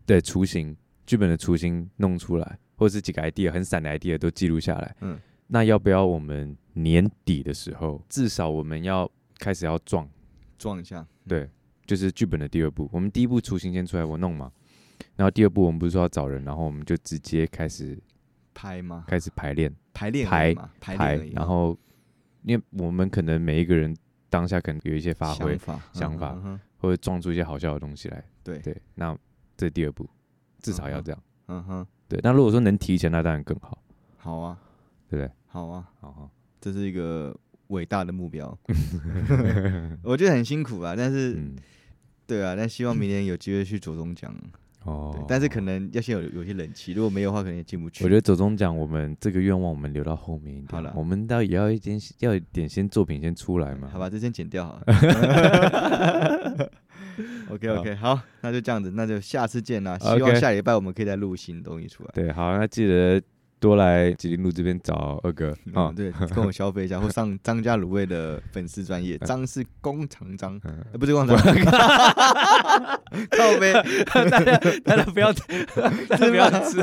[SPEAKER 1] 对雏形剧本的雏形弄出来，或者是几个 idea 很散的 idea 都记录下来。嗯
[SPEAKER 2] 嗯，
[SPEAKER 1] 那要不要我们年底的时候，至少我们要开始要撞，
[SPEAKER 2] 嗯撞一下，
[SPEAKER 1] 对，就是剧本的第二步。我们第一步雏形先出来，我弄嘛。然后第二步我们不是说要找人，然后我们就直接开始
[SPEAKER 2] 拍吗？
[SPEAKER 1] 开始排练
[SPEAKER 2] 排练
[SPEAKER 1] 排
[SPEAKER 2] 而已嘛排
[SPEAKER 1] 排
[SPEAKER 2] 练而已，啊
[SPEAKER 1] 然后因为我们可能每一个人当下可能有一些发
[SPEAKER 2] 想，
[SPEAKER 1] 挥
[SPEAKER 2] 法
[SPEAKER 1] 想法
[SPEAKER 2] 嗯哼
[SPEAKER 1] 或者撞出一些好笑的东西来。
[SPEAKER 2] 对
[SPEAKER 1] 对，那这是第二步，至少
[SPEAKER 2] 嗯
[SPEAKER 1] 要
[SPEAKER 2] 哼
[SPEAKER 1] 这样。
[SPEAKER 2] 嗯哼，
[SPEAKER 1] 对，那如果说能提前，那当然更好，
[SPEAKER 2] 好啊
[SPEAKER 1] 对不对？
[SPEAKER 2] 好啊，
[SPEAKER 1] 好好，
[SPEAKER 2] 这是一个伟大的目 标，我觉得很辛苦啊，但是、
[SPEAKER 1] 嗯，
[SPEAKER 2] 对啊，但希望明年有机会去左中奖，对
[SPEAKER 1] 哦，
[SPEAKER 2] 但是可能要先有有些冷气，如果没有的话，可能也进不去。
[SPEAKER 1] 我觉得走中奖，我们这个愿望我们留到后面一点。
[SPEAKER 2] 好了
[SPEAKER 1] 我们到也要一点，要一点先作品先出来嘛。
[SPEAKER 2] 好吧，这先剪掉好了。OK OK，好，那就这样子，那就下次见啦。希望
[SPEAKER 1] OK
[SPEAKER 2] 下礼拜我们可以再录新东西出来。
[SPEAKER 1] 对，好，那记得多来吉林路这边找二哥啊
[SPEAKER 2] 嗯，。对，跟我消费一下，或 上张家卤味的粉丝专
[SPEAKER 1] 嗯
[SPEAKER 2] 业，张是工厂张，呃不是工厂张， 靠呗，
[SPEAKER 1] 大家大家不要， 大家不要 吃，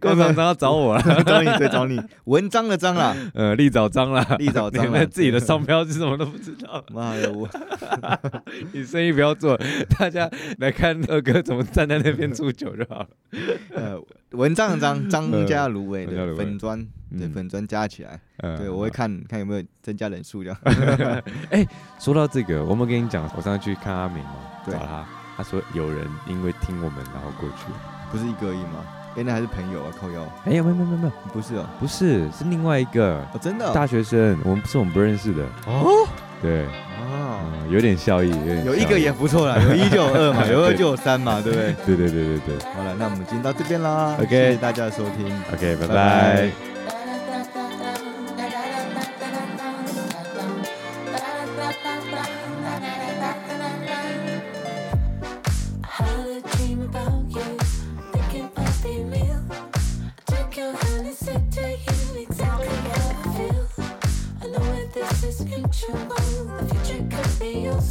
[SPEAKER 1] 工厂长要找我了，
[SPEAKER 2] 找你对找你，文章的章啦，
[SPEAKER 1] 呃，立早章了，
[SPEAKER 2] 立早章
[SPEAKER 1] 你
[SPEAKER 2] 啦
[SPEAKER 1] 们 自己的商标是什么都不知 道，
[SPEAKER 2] 妈的，我
[SPEAKER 1] 你生意不要做，大家来看二哥怎么站在那边出糗就好了。
[SPEAKER 2] 呃文章的章，张家卤味
[SPEAKER 1] 嗯张家卤
[SPEAKER 2] 的
[SPEAKER 1] 味
[SPEAKER 2] 粉砖，对
[SPEAKER 1] 嗯
[SPEAKER 2] 粉砖加起来，
[SPEAKER 1] 嗯
[SPEAKER 2] 对我会看看有没有增加人数这样。
[SPEAKER 1] 说到这个，我们跟你讲，我上次去看阿明嘛，
[SPEAKER 2] 对
[SPEAKER 1] 找他，他说有人因为听我们然后过去，
[SPEAKER 2] 不是一个亿吗？哎，那还是朋友啊，靠腰，
[SPEAKER 1] 哎、有没有没有没有没有，
[SPEAKER 2] 不是哦，
[SPEAKER 1] 不是，是另外一个
[SPEAKER 2] 哦真的哦
[SPEAKER 1] 大学生，我们是我们不认识的，
[SPEAKER 2] 哦
[SPEAKER 1] 对，
[SPEAKER 2] 啊，
[SPEAKER 1] 嗯，有点效益，有点
[SPEAKER 2] 有一
[SPEAKER 1] 效
[SPEAKER 2] 个
[SPEAKER 1] 益
[SPEAKER 2] 也，不错 啦，有一就有二嘛，有二
[SPEAKER 1] 对
[SPEAKER 2] 就有三嘛，对不对？
[SPEAKER 1] 对对对对对
[SPEAKER 2] 好了，那我们今天到这边啦
[SPEAKER 1] OK
[SPEAKER 2] 谢谢大家的收听。
[SPEAKER 1] ，OK，拜
[SPEAKER 2] 拜
[SPEAKER 1] 拜
[SPEAKER 2] 拜。
[SPEAKER 3] had a dream about you, thinking of be real. I took your hand and said to you exactly how I feel. I know that this is mutual. The future could be yours